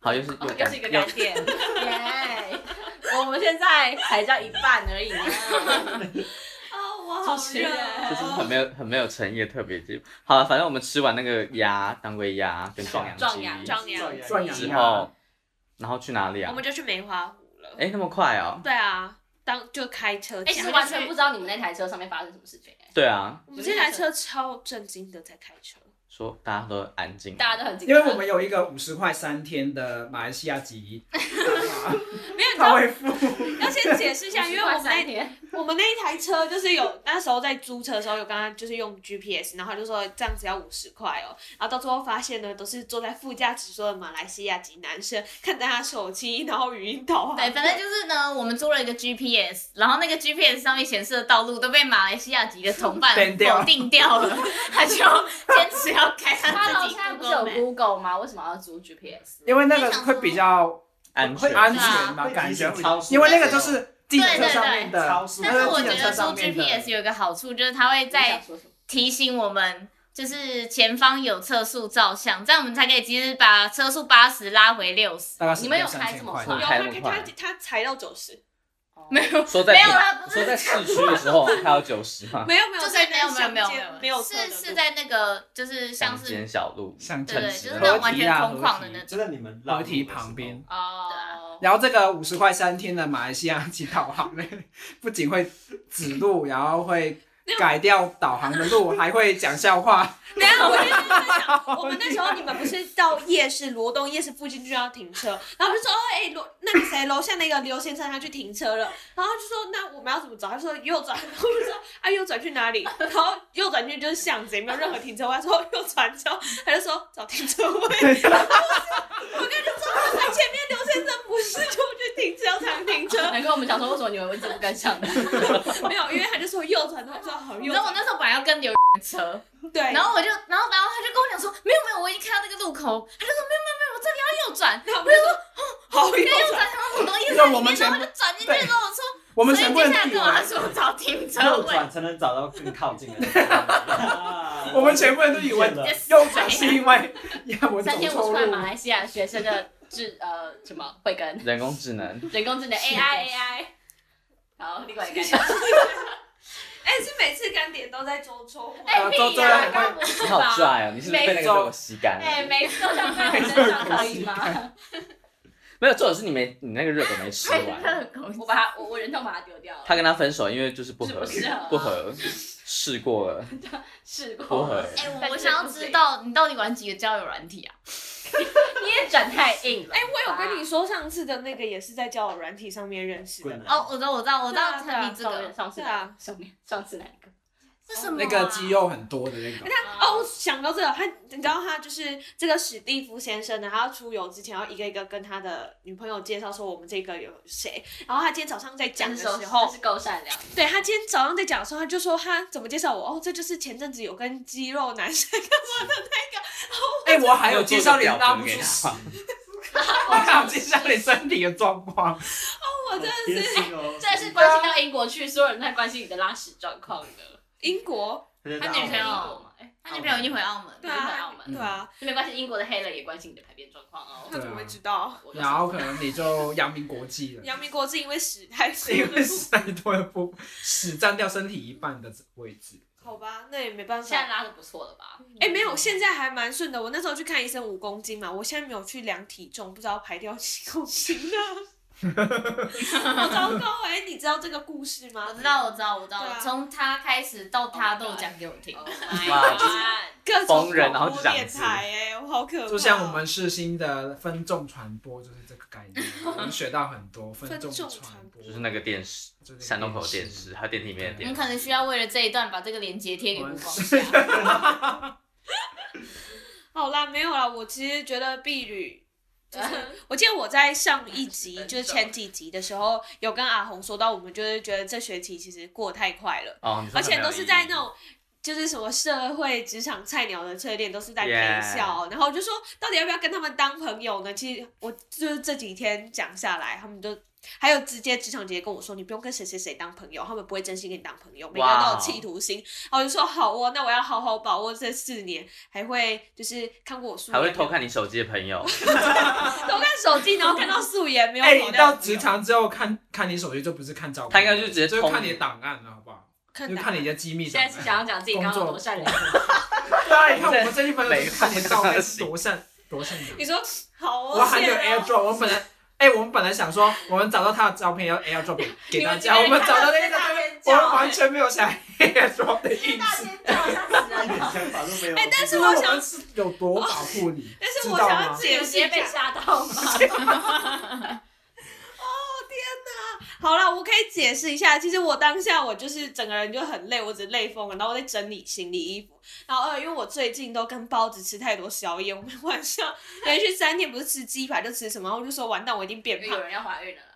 [SPEAKER 1] 好，又是
[SPEAKER 3] 哦
[SPEAKER 1] 又
[SPEAKER 3] 又是一个干点，耶！ (laughs) 我们现在才叫一半而已呢，啊
[SPEAKER 2] 哦，我好
[SPEAKER 3] 主持
[SPEAKER 2] 热
[SPEAKER 3] 人
[SPEAKER 2] 哦，
[SPEAKER 1] 就是很没有 (laughs) 很没有诚意的特别节目。好了，反正我们吃完那个鸭当归鸭跟壮阳
[SPEAKER 3] 壮阳
[SPEAKER 1] 鸡
[SPEAKER 2] 张扬，
[SPEAKER 5] 壮阳
[SPEAKER 1] 之后，然后去哪里
[SPEAKER 2] 我
[SPEAKER 1] 啊？
[SPEAKER 2] 们就去梅花湖了。
[SPEAKER 1] 哎，那么快哦？
[SPEAKER 2] 对啊，当就开车。
[SPEAKER 3] 哎，其实完全不知道你们那台车上面发生什么事情，哎，
[SPEAKER 1] 对啊，
[SPEAKER 2] 我们这台车超震惊的在开车，
[SPEAKER 1] 说大家都安静，
[SPEAKER 3] 大家都很紧
[SPEAKER 5] 因
[SPEAKER 3] 张，
[SPEAKER 5] 为我们有一个五十块三天的马来西亚籍，
[SPEAKER 2] 没有，你知
[SPEAKER 5] 他
[SPEAKER 2] 道
[SPEAKER 5] 会付。
[SPEAKER 2] 要先解释一
[SPEAKER 3] (laughs)
[SPEAKER 2] 下，因为我们
[SPEAKER 3] 那
[SPEAKER 2] 那
[SPEAKER 3] 天
[SPEAKER 2] 我们那一台车就是有那时候在租车的时候有刚刚就是用 GPS，然后他就说这样子要五十块哦，然后到最后发现呢都是坐在副驾驶座的马来西亚籍男生看大家手机，然后语音导航，
[SPEAKER 6] 对，反正就是呢，我们租了一个 GPS，然后那个 GPS 上面显示的道路都被马来西亚籍的同伴
[SPEAKER 5] ban 掉
[SPEAKER 6] 否定掉了，他就坚持要开他
[SPEAKER 3] ，Hello，
[SPEAKER 6] 自己
[SPEAKER 3] 现在不是有
[SPEAKER 6] Google Map。
[SPEAKER 3] Google 吗？为什么要租 GPS？
[SPEAKER 5] 因为那个会比较
[SPEAKER 1] 安
[SPEAKER 5] 会
[SPEAKER 1] 全。
[SPEAKER 5] 安全嘛，感觉会。
[SPEAKER 4] 超速
[SPEAKER 5] 因为那个就是计程车上面
[SPEAKER 4] 超
[SPEAKER 5] 的，
[SPEAKER 4] 速，
[SPEAKER 6] 但是我
[SPEAKER 5] 计
[SPEAKER 6] 觉
[SPEAKER 5] 程车
[SPEAKER 6] 得
[SPEAKER 5] 上
[SPEAKER 6] 租
[SPEAKER 5] 面的
[SPEAKER 6] GPS 有一个好处，就是它会
[SPEAKER 3] 你想
[SPEAKER 6] 在
[SPEAKER 3] 说什么？
[SPEAKER 6] 提醒我们就是前方有测速照相，这样我们才可以及时把车速八十拉回六十。
[SPEAKER 5] 大概是
[SPEAKER 3] 你们有
[SPEAKER 5] 三
[SPEAKER 3] 开
[SPEAKER 5] 千
[SPEAKER 3] 这么
[SPEAKER 5] 块
[SPEAKER 3] 快
[SPEAKER 1] 我
[SPEAKER 2] 有
[SPEAKER 1] 开那
[SPEAKER 2] 他
[SPEAKER 1] 么
[SPEAKER 2] 他
[SPEAKER 1] 快
[SPEAKER 2] 他才到九十，
[SPEAKER 3] 哦
[SPEAKER 6] 没有，
[SPEAKER 1] 说在
[SPEAKER 6] 没有啦不是
[SPEAKER 1] 说在市区的时候还有九十
[SPEAKER 2] (laughs)
[SPEAKER 1] 嘛，
[SPEAKER 2] 没有没有，
[SPEAKER 6] 就是没有
[SPEAKER 2] 在
[SPEAKER 6] 没有
[SPEAKER 2] 乡
[SPEAKER 6] 没
[SPEAKER 2] 间
[SPEAKER 6] 有
[SPEAKER 2] 没有
[SPEAKER 6] 是
[SPEAKER 2] 测的
[SPEAKER 6] 是
[SPEAKER 2] 路
[SPEAKER 6] 在那个就是像
[SPEAKER 1] 乡
[SPEAKER 6] 是
[SPEAKER 1] 间小路，
[SPEAKER 5] 像
[SPEAKER 6] 对对，
[SPEAKER 1] 城市
[SPEAKER 6] 就
[SPEAKER 1] 的
[SPEAKER 6] 是那
[SPEAKER 1] 那
[SPEAKER 6] 种
[SPEAKER 1] 种
[SPEAKER 6] 完全空旷的那种。
[SPEAKER 4] 真的你们
[SPEAKER 5] 河堤旁边。
[SPEAKER 3] 哦，
[SPEAKER 5] 然后这个五十块三天的马来西亚籍导航呢， (laughs) 不仅会指路，然后会改掉导航的路，还会讲笑话。
[SPEAKER 2] 没有，我就是在想， (laughs) 我们那时候你们不是到夜市罗东夜市附近就要停车，然后就说哦，哎、罗那个谁楼下那个刘先生他去停车了，然后就说那我们要怎么走？他说右转， (laughs) 然后我就说啊右转去哪里？然后右转去就是巷子，也没有任何停车位。他说右转之后，他就说找停车位。 (laughs) 然后我跟你说，他前面刘先生不是就去停车场停车，
[SPEAKER 3] 难怪我们想说为什么你们一直不跟上呢？
[SPEAKER 2] 没有，因为他就说右转，然后我说好
[SPEAKER 6] 你
[SPEAKER 2] 右
[SPEAKER 6] 知道我
[SPEAKER 2] 转，
[SPEAKER 6] 那时候本来要跟刘车，
[SPEAKER 2] 对，
[SPEAKER 6] 然后我就，然后然后他就跟我讲说，没有没有，我已经看到那个路口，他就说没有没有没有，我这里要右转，
[SPEAKER 2] 然后我就说好右
[SPEAKER 6] 要右
[SPEAKER 2] 转。
[SPEAKER 6] 转，然后我都一直
[SPEAKER 5] 因为
[SPEAKER 6] 在
[SPEAKER 5] 我
[SPEAKER 6] 里
[SPEAKER 5] 们
[SPEAKER 6] 面，
[SPEAKER 5] 全
[SPEAKER 6] 然
[SPEAKER 5] 部
[SPEAKER 6] 后他就转进去跟我说，
[SPEAKER 5] 我们
[SPEAKER 6] 所以
[SPEAKER 5] 全部人
[SPEAKER 6] 接下来
[SPEAKER 5] 地
[SPEAKER 6] 跟我
[SPEAKER 5] 为，。
[SPEAKER 6] 说找停车
[SPEAKER 4] 右
[SPEAKER 6] 位，
[SPEAKER 4] 转才能找到更靠近的地方
[SPEAKER 5] 我们全部人都以为
[SPEAKER 4] 了
[SPEAKER 5] 右转是因为呀，我走
[SPEAKER 3] 三天五
[SPEAKER 5] 错
[SPEAKER 3] 十块
[SPEAKER 5] 路
[SPEAKER 3] 马。来西亚学生的智呃什么慧根
[SPEAKER 1] 人工智能，
[SPEAKER 3] 人工智能 AI AI，好，另外一个。
[SPEAKER 2] 哎、是每次干点都在周周吗？
[SPEAKER 3] 哎，
[SPEAKER 5] 周
[SPEAKER 3] 屁
[SPEAKER 5] 周人
[SPEAKER 3] 呀，
[SPEAKER 5] 很
[SPEAKER 3] 刚不
[SPEAKER 1] 你
[SPEAKER 3] 是
[SPEAKER 1] 好
[SPEAKER 3] 吧？
[SPEAKER 1] 拽哦，你是不是被那个
[SPEAKER 5] 没错
[SPEAKER 1] 被我吸干
[SPEAKER 3] 哎，
[SPEAKER 1] 了？
[SPEAKER 3] 每次都想在我身上可以吗？
[SPEAKER 1] 没有，重点是你没你那个热狗没吃
[SPEAKER 6] (laughs)
[SPEAKER 1] 完，
[SPEAKER 3] 我把它，我我人头把它丢掉
[SPEAKER 1] 他
[SPEAKER 3] 了，
[SPEAKER 1] 跟他分手，因为就是不
[SPEAKER 3] 是不
[SPEAKER 1] 合
[SPEAKER 3] 适合啊
[SPEAKER 1] 不合，试过了
[SPEAKER 3] 试
[SPEAKER 1] 不
[SPEAKER 3] 过
[SPEAKER 1] 合
[SPEAKER 3] 了。。
[SPEAKER 6] 哎、
[SPEAKER 3] 但
[SPEAKER 6] 我
[SPEAKER 3] 是
[SPEAKER 6] 想要
[SPEAKER 3] 不
[SPEAKER 6] 知
[SPEAKER 3] 行
[SPEAKER 6] 道你到底玩几个交友软体啊？
[SPEAKER 3] 你也转太硬了。啊
[SPEAKER 2] 哎、我有跟你说，上次的那个也是在交友软体上面认识的。
[SPEAKER 4] 滚
[SPEAKER 6] 哦
[SPEAKER 4] 啊，
[SPEAKER 6] 我知道，我知道，我知道
[SPEAKER 2] 对啊
[SPEAKER 6] 陈明这
[SPEAKER 3] 上
[SPEAKER 6] 个
[SPEAKER 3] 面上次
[SPEAKER 2] 对啊
[SPEAKER 3] 上面上次哪一个？
[SPEAKER 6] 这什么、啊？
[SPEAKER 5] 那个肌肉很多的那个
[SPEAKER 2] 哎，他哦，我想到这个，他你知道他就是这个史蒂夫先生呢，他要出游之前要一个一个跟他的女朋友介绍说我们这个有谁，然后他今天早上在讲的
[SPEAKER 3] 真
[SPEAKER 2] 时
[SPEAKER 3] 是
[SPEAKER 2] 候
[SPEAKER 3] 真，是够善良的。
[SPEAKER 2] 对他今天早上在讲的时候，他就说他怎么介绍我哦，这就是前阵子有跟肌肉男生 (laughs) 干嘛的
[SPEAKER 5] 哎，我还有介绍脸
[SPEAKER 1] 表
[SPEAKER 5] 拉不
[SPEAKER 1] 给
[SPEAKER 5] 出屎
[SPEAKER 1] 他，
[SPEAKER 5] 我还有介绍脸身体的状况。
[SPEAKER 2] 那个，我真
[SPEAKER 4] 贴心哦，
[SPEAKER 3] 这是关心到英国去，所有人都在关心你的拉屎状况的。
[SPEAKER 2] 英国
[SPEAKER 4] 他
[SPEAKER 6] 女朋
[SPEAKER 3] 英
[SPEAKER 6] 友
[SPEAKER 3] 国嘛，哎，
[SPEAKER 6] 他女朋友已经回澳门了。
[SPEAKER 2] 对
[SPEAKER 3] 英国
[SPEAKER 2] 啊
[SPEAKER 3] 澳门
[SPEAKER 2] 对啊，
[SPEAKER 3] 没关系，英国的黑人也关心你的排便状况哦。
[SPEAKER 2] 他怎么会知道？
[SPEAKER 3] 我
[SPEAKER 5] 然后可能你就扬名国际了，
[SPEAKER 2] 阳明国是因为屎太
[SPEAKER 5] 是因为屎太多了，不屎占掉身体一半的位置。
[SPEAKER 2] 好吧，那也没办法。
[SPEAKER 3] 现在拉的不错了吧？
[SPEAKER 2] 哎、没有，现在还蛮顺的。我那时候去看医生五公斤嘛，我现在没有去量体重，不知道排掉几公斤了。
[SPEAKER 6] (laughs)
[SPEAKER 2] 好糟糕哎、你知道这个故事吗？
[SPEAKER 6] 我知，道，我知道，我知
[SPEAKER 2] 对啊
[SPEAKER 6] 道，从、他开始到
[SPEAKER 3] Oh
[SPEAKER 6] 他
[SPEAKER 3] my
[SPEAKER 6] 都有
[SPEAKER 3] God
[SPEAKER 6] 讲给我听。
[SPEAKER 3] Oh my
[SPEAKER 1] 哇
[SPEAKER 3] god！
[SPEAKER 2] 各种
[SPEAKER 1] 疯人然后
[SPEAKER 2] 恐怖
[SPEAKER 1] 就长
[SPEAKER 2] 电
[SPEAKER 1] 痣
[SPEAKER 2] 台哎、我好可怕。
[SPEAKER 5] 就像我们世新的分众传播就是这个概
[SPEAKER 3] (laughs)
[SPEAKER 5] 念，我们学到很多分众传播，
[SPEAKER 1] 就是那个电视，
[SPEAKER 5] 就是那个
[SPEAKER 1] 山东口电视，。还有电梯里面的
[SPEAKER 6] 你
[SPEAKER 1] 电
[SPEAKER 6] 可能需要为了这一段把这个连接贴给
[SPEAKER 5] 我
[SPEAKER 6] 吴光
[SPEAKER 5] 们
[SPEAKER 6] 下。
[SPEAKER 2] 好啦，没有啦，我其实觉得婢女。就是，
[SPEAKER 6] 嗯
[SPEAKER 2] 我记得我在上
[SPEAKER 1] (laughs)
[SPEAKER 2] 一集，就是前几集的时候，有跟阿红说到，我们就是觉得这学期其实过太快了，
[SPEAKER 1] 哦，你说
[SPEAKER 2] 而且
[SPEAKER 1] 很
[SPEAKER 2] 都
[SPEAKER 1] 没有
[SPEAKER 2] 是
[SPEAKER 1] 意
[SPEAKER 2] 在
[SPEAKER 1] 义
[SPEAKER 2] 那种就是什么社会职场菜鸟的淬炼，都是在陪
[SPEAKER 1] Yeah
[SPEAKER 2] 笑然后我就说到底要不要跟他们当朋友呢？其实我就是这几天讲下来，他们就还有直接职场姐姐跟我说，你不用跟谁谁谁当朋友，他们不会真心跟你当朋友，每个人都
[SPEAKER 5] 哦
[SPEAKER 2] 有企图心。然后我就说好哦，那我要好好把握这四年，还会就是看过我素颜，
[SPEAKER 1] 还会偷看你手机的朋友，
[SPEAKER 2] 偷看手机，然后看到素颜没有
[SPEAKER 5] (laughs) 哎，
[SPEAKER 2] 跑掉的朋友。
[SPEAKER 5] 你到职场之后看看你手机就不是看照片，
[SPEAKER 1] 他应该就直接
[SPEAKER 5] 就
[SPEAKER 1] 通
[SPEAKER 5] 是看你的档案了，好不好？
[SPEAKER 2] 看
[SPEAKER 5] 就
[SPEAKER 2] 哪
[SPEAKER 5] 看你的机密
[SPEAKER 3] 现
[SPEAKER 5] 档
[SPEAKER 3] 在是
[SPEAKER 5] 案。
[SPEAKER 3] 想要讲自己刚刚有
[SPEAKER 1] (laughs)
[SPEAKER 3] 多
[SPEAKER 5] (laughs)
[SPEAKER 3] 善良，
[SPEAKER 5] (laughs) 对啊，你看我们这一分
[SPEAKER 1] 每
[SPEAKER 5] 钟
[SPEAKER 1] 个
[SPEAKER 5] 看你的照片是多善多善良。
[SPEAKER 2] 你说好哦，
[SPEAKER 5] 我还有
[SPEAKER 2] 谢谢哦
[SPEAKER 5] AirDrop，我们本来。
[SPEAKER 3] (laughs)
[SPEAKER 5] 哎、我们本来想说，我们找到他的照片要 AirDrop 给给大家，我
[SPEAKER 3] 你们
[SPEAKER 5] 们
[SPEAKER 3] 直接
[SPEAKER 5] 找哦到那
[SPEAKER 3] 看
[SPEAKER 5] 个
[SPEAKER 3] 到 (laughs) 大尖
[SPEAKER 5] 照片，
[SPEAKER 3] 叫
[SPEAKER 5] 我们完全没有想 (laughs) AirDrop 的意
[SPEAKER 3] 大
[SPEAKER 5] 思。
[SPEAKER 3] 尖叫，吓死人
[SPEAKER 4] 一点
[SPEAKER 3] 了！
[SPEAKER 4] 想法都没有。
[SPEAKER 2] 哎但是
[SPEAKER 5] 就是
[SPEAKER 2] 我
[SPEAKER 5] 我
[SPEAKER 2] 想
[SPEAKER 5] 们是有多保护你，
[SPEAKER 2] 但是
[SPEAKER 5] 知
[SPEAKER 2] 我
[SPEAKER 5] 道
[SPEAKER 2] 想要
[SPEAKER 5] 吗
[SPEAKER 2] 自？
[SPEAKER 3] 有直接被吓到吗？
[SPEAKER 2] 好啦，我可以解释一下。其实我当下我就是整个人就很累，我只是累疯了，然后我在整理行李、衣服。然后二，因为我最近都跟包子吃太多宵夜，我们晚上连续三天不是吃鸡排就吃什么，然后我就说完蛋，我一定变
[SPEAKER 3] 有
[SPEAKER 2] 胖。
[SPEAKER 3] 人要怀孕了啦！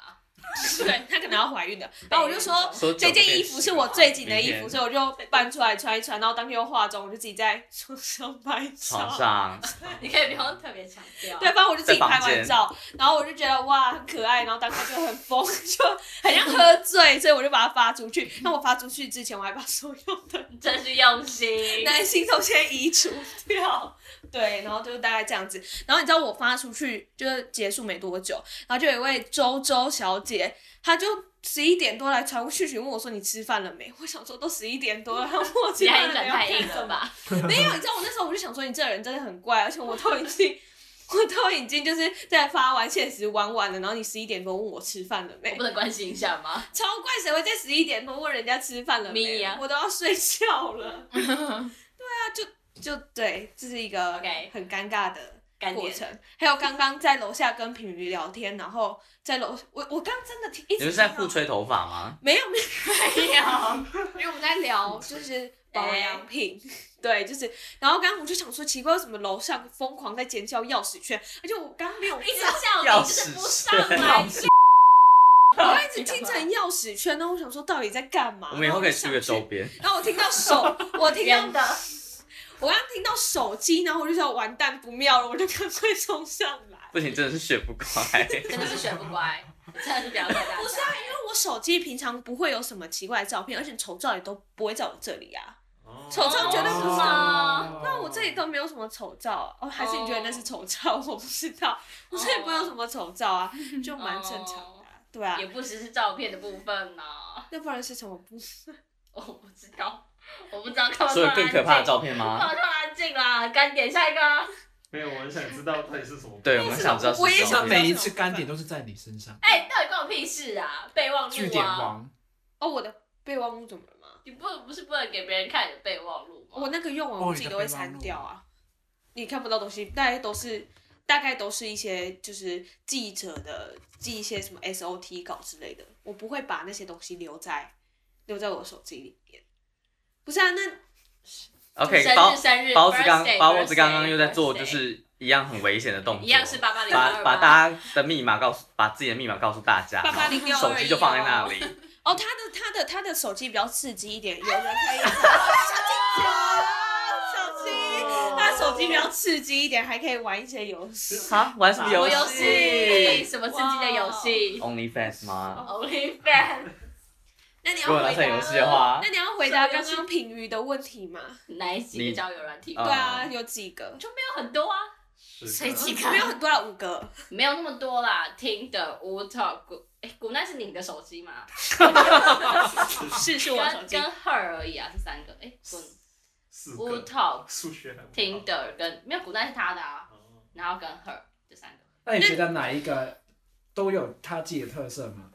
[SPEAKER 2] (laughs) 对她可能要怀孕的。
[SPEAKER 3] 哦
[SPEAKER 2] 然后我就说
[SPEAKER 1] (laughs) 说
[SPEAKER 2] 这
[SPEAKER 1] 九
[SPEAKER 2] 件
[SPEAKER 1] 变
[SPEAKER 2] 衣服
[SPEAKER 1] 十
[SPEAKER 2] 是我最紧的
[SPEAKER 1] 明
[SPEAKER 2] 衣
[SPEAKER 1] 天
[SPEAKER 2] 服，所以我就搬出来穿一穿，然后当天又化妆，我就自己在床上拍照。
[SPEAKER 1] 床上，
[SPEAKER 3] 你可以不用特别强调。
[SPEAKER 2] 对，，反正我就自己
[SPEAKER 1] 在
[SPEAKER 2] 拍
[SPEAKER 1] 房间
[SPEAKER 2] 完照，然后我就觉得哇很可爱，然后当下就很疯，就很像
[SPEAKER 3] (laughs)
[SPEAKER 2] 喝醉，所以我就把它发出去。那我发出去之前，我还把所有
[SPEAKER 3] (laughs)
[SPEAKER 2] 的
[SPEAKER 3] 真是用心。
[SPEAKER 2] 男性都先移除掉，对，然后就大概这样子。然后你知道我发出去就是结束没多久，然后就有一位周周小姐，她就十一点多来传讯息问我说你吃饭了没？我想说都十一点多了，她问我吃
[SPEAKER 3] 你还
[SPEAKER 2] 饭
[SPEAKER 3] 忍
[SPEAKER 2] 了没？
[SPEAKER 3] 太
[SPEAKER 2] 要
[SPEAKER 3] 硬
[SPEAKER 2] 干什
[SPEAKER 3] 了
[SPEAKER 2] 么？
[SPEAKER 3] 吧？
[SPEAKER 1] (laughs)
[SPEAKER 2] 没有，你知道我那时候我就想说，你这个人真的很怪，而且我都已经， (laughs) 我都已经就是在发完现实玩完了，然后你十一点多问我吃饭了没
[SPEAKER 3] 我不，能关心一下吗？
[SPEAKER 2] 超怪，谁会在十一点多问人家吃饭了没？
[SPEAKER 3] 咪呀
[SPEAKER 2] 我都要睡觉
[SPEAKER 3] (laughs)
[SPEAKER 2] 了。对啊，就就对，这是一个
[SPEAKER 3] OK
[SPEAKER 2] 很尴尬的。
[SPEAKER 3] 干
[SPEAKER 2] 过
[SPEAKER 3] 点
[SPEAKER 2] 程，还有刚刚在楼下跟品瑜聊天，然后在楼，我我刚真的听，一直
[SPEAKER 1] 你们是在
[SPEAKER 2] 听到
[SPEAKER 1] 互吹头发吗？
[SPEAKER 2] 没有没有
[SPEAKER 3] 没有，
[SPEAKER 2] 因为我们在聊
[SPEAKER 3] (laughs)
[SPEAKER 2] 就是保养品，对，就是，然后刚刚我就想说奇怪，为什么楼上疯狂在尖叫钥匙圈，而且我刚刚没有，我
[SPEAKER 3] 一直叫
[SPEAKER 1] 钥
[SPEAKER 3] 哦你就是
[SPEAKER 1] 匙
[SPEAKER 3] 不上
[SPEAKER 5] (laughs)
[SPEAKER 3] 来，就
[SPEAKER 2] 刚一直听成钥匙圈，然后我想说到底在干嘛？
[SPEAKER 1] 我们以后可以出个周
[SPEAKER 2] 手，
[SPEAKER 1] 边，
[SPEAKER 2] 然后我听到
[SPEAKER 3] (laughs)
[SPEAKER 2] 手，我听
[SPEAKER 3] 真
[SPEAKER 2] 到
[SPEAKER 3] 的。
[SPEAKER 2] 我刚刚听到手机，然后我就想完蛋不妙了，我就赶快冲上
[SPEAKER 3] (laughs)
[SPEAKER 2] 来。
[SPEAKER 1] 不行，真的是学不乖。
[SPEAKER 3] 真的是学不乖，真的是不要太大。
[SPEAKER 2] 不是啊，因为我手机平常不会有什么奇怪的照片，而且丑照也都不会在我这里啊，
[SPEAKER 4] 哦
[SPEAKER 2] 丑照绝对不是啊。
[SPEAKER 3] 哦
[SPEAKER 2] 那我这里都没有什么丑照啊哦，还是你觉得那是丑照？ (laughs) 我不知道，我这里不会有什么丑照啊，就蛮正常的啊、对啊
[SPEAKER 3] 也，不只是照片的部分呢、
[SPEAKER 2] 那不然是什么不？
[SPEAKER 3] 我不知道，我不知道干嘛突
[SPEAKER 1] 所以
[SPEAKER 3] 然安静。
[SPEAKER 1] 更可怕的照片
[SPEAKER 3] 干嘛
[SPEAKER 1] 吗？
[SPEAKER 3] 突然安静啦？干点下一个啊。
[SPEAKER 4] 没有，我很想知道到底是什么。
[SPEAKER 1] 对，我们想知道是
[SPEAKER 2] 我也
[SPEAKER 1] 什
[SPEAKER 2] 想
[SPEAKER 1] 么
[SPEAKER 2] 知道
[SPEAKER 1] 片。
[SPEAKER 2] 是
[SPEAKER 5] 每一次干点都是在你身上。
[SPEAKER 3] 哎、到底关我屁事啊？备忘
[SPEAKER 5] 据
[SPEAKER 3] 录
[SPEAKER 5] 点
[SPEAKER 3] 啊，
[SPEAKER 5] 王，
[SPEAKER 2] 哦，我的备忘录怎么了吗？
[SPEAKER 3] 你不不是不能给别人看你的备忘录吗？
[SPEAKER 2] 我那个用完我自己都会删掉啊，你看不到东西，大概都是大概都是一些就是记者的记一些什么 SOT 稿之类的，我不会把那些东西留在留在我手机里面。不是啊，那
[SPEAKER 1] OK，
[SPEAKER 3] 生
[SPEAKER 1] 包
[SPEAKER 3] 日生日，
[SPEAKER 1] 包子刚
[SPEAKER 3] birthday，
[SPEAKER 1] 包子刚刚
[SPEAKER 3] birthday，
[SPEAKER 1] 又在做
[SPEAKER 3] birthday
[SPEAKER 1] 就是一样很危险的动作，
[SPEAKER 3] 一样是八八零
[SPEAKER 1] 把把大家的密码告诉，把自己的密码告诉大家，
[SPEAKER 2] 八八零六
[SPEAKER 1] 手
[SPEAKER 2] 二
[SPEAKER 1] 机
[SPEAKER 2] 一
[SPEAKER 1] 就放在那里。
[SPEAKER 2] 哦，他的他的他的手机比较刺激一点，有人可以。啊小哦心，他手机比较刺激一点，还可以玩一些游戏。
[SPEAKER 1] 啊，玩什么
[SPEAKER 3] 我游戏哦
[SPEAKER 1] 戏
[SPEAKER 3] 什么刺激的游戏
[SPEAKER 1] ？OnlyFans 吗？
[SPEAKER 3] ？Only (laughs) Fan
[SPEAKER 2] 那你要
[SPEAKER 1] 如果拿
[SPEAKER 2] 回
[SPEAKER 1] 上
[SPEAKER 2] 答
[SPEAKER 1] 游戏哦的话
[SPEAKER 2] 那，你要回答刚刚品瑜的问题吗？
[SPEAKER 3] 哪一集
[SPEAKER 1] 你
[SPEAKER 3] 的交友软体？
[SPEAKER 1] 啊
[SPEAKER 2] 对啊，有几个？
[SPEAKER 3] 就没有很多啊。
[SPEAKER 6] 谁记得
[SPEAKER 2] 没有很多啊，五个。
[SPEAKER 3] 没有那么多啦，听的 w o t a 古哎古奈是你的手机吗？
[SPEAKER 2] 是是我手
[SPEAKER 3] 跟
[SPEAKER 2] 机
[SPEAKER 3] 跟。Her 而已啊，这三个哎
[SPEAKER 4] 四
[SPEAKER 3] w o
[SPEAKER 4] 个
[SPEAKER 3] t a
[SPEAKER 4] 数学还不好
[SPEAKER 3] 听的跟没有古奈是他的啊，
[SPEAKER 4] 哦
[SPEAKER 3] 然后跟 Her 这三个
[SPEAKER 5] 那你觉得哪一个都有他自己的特色吗？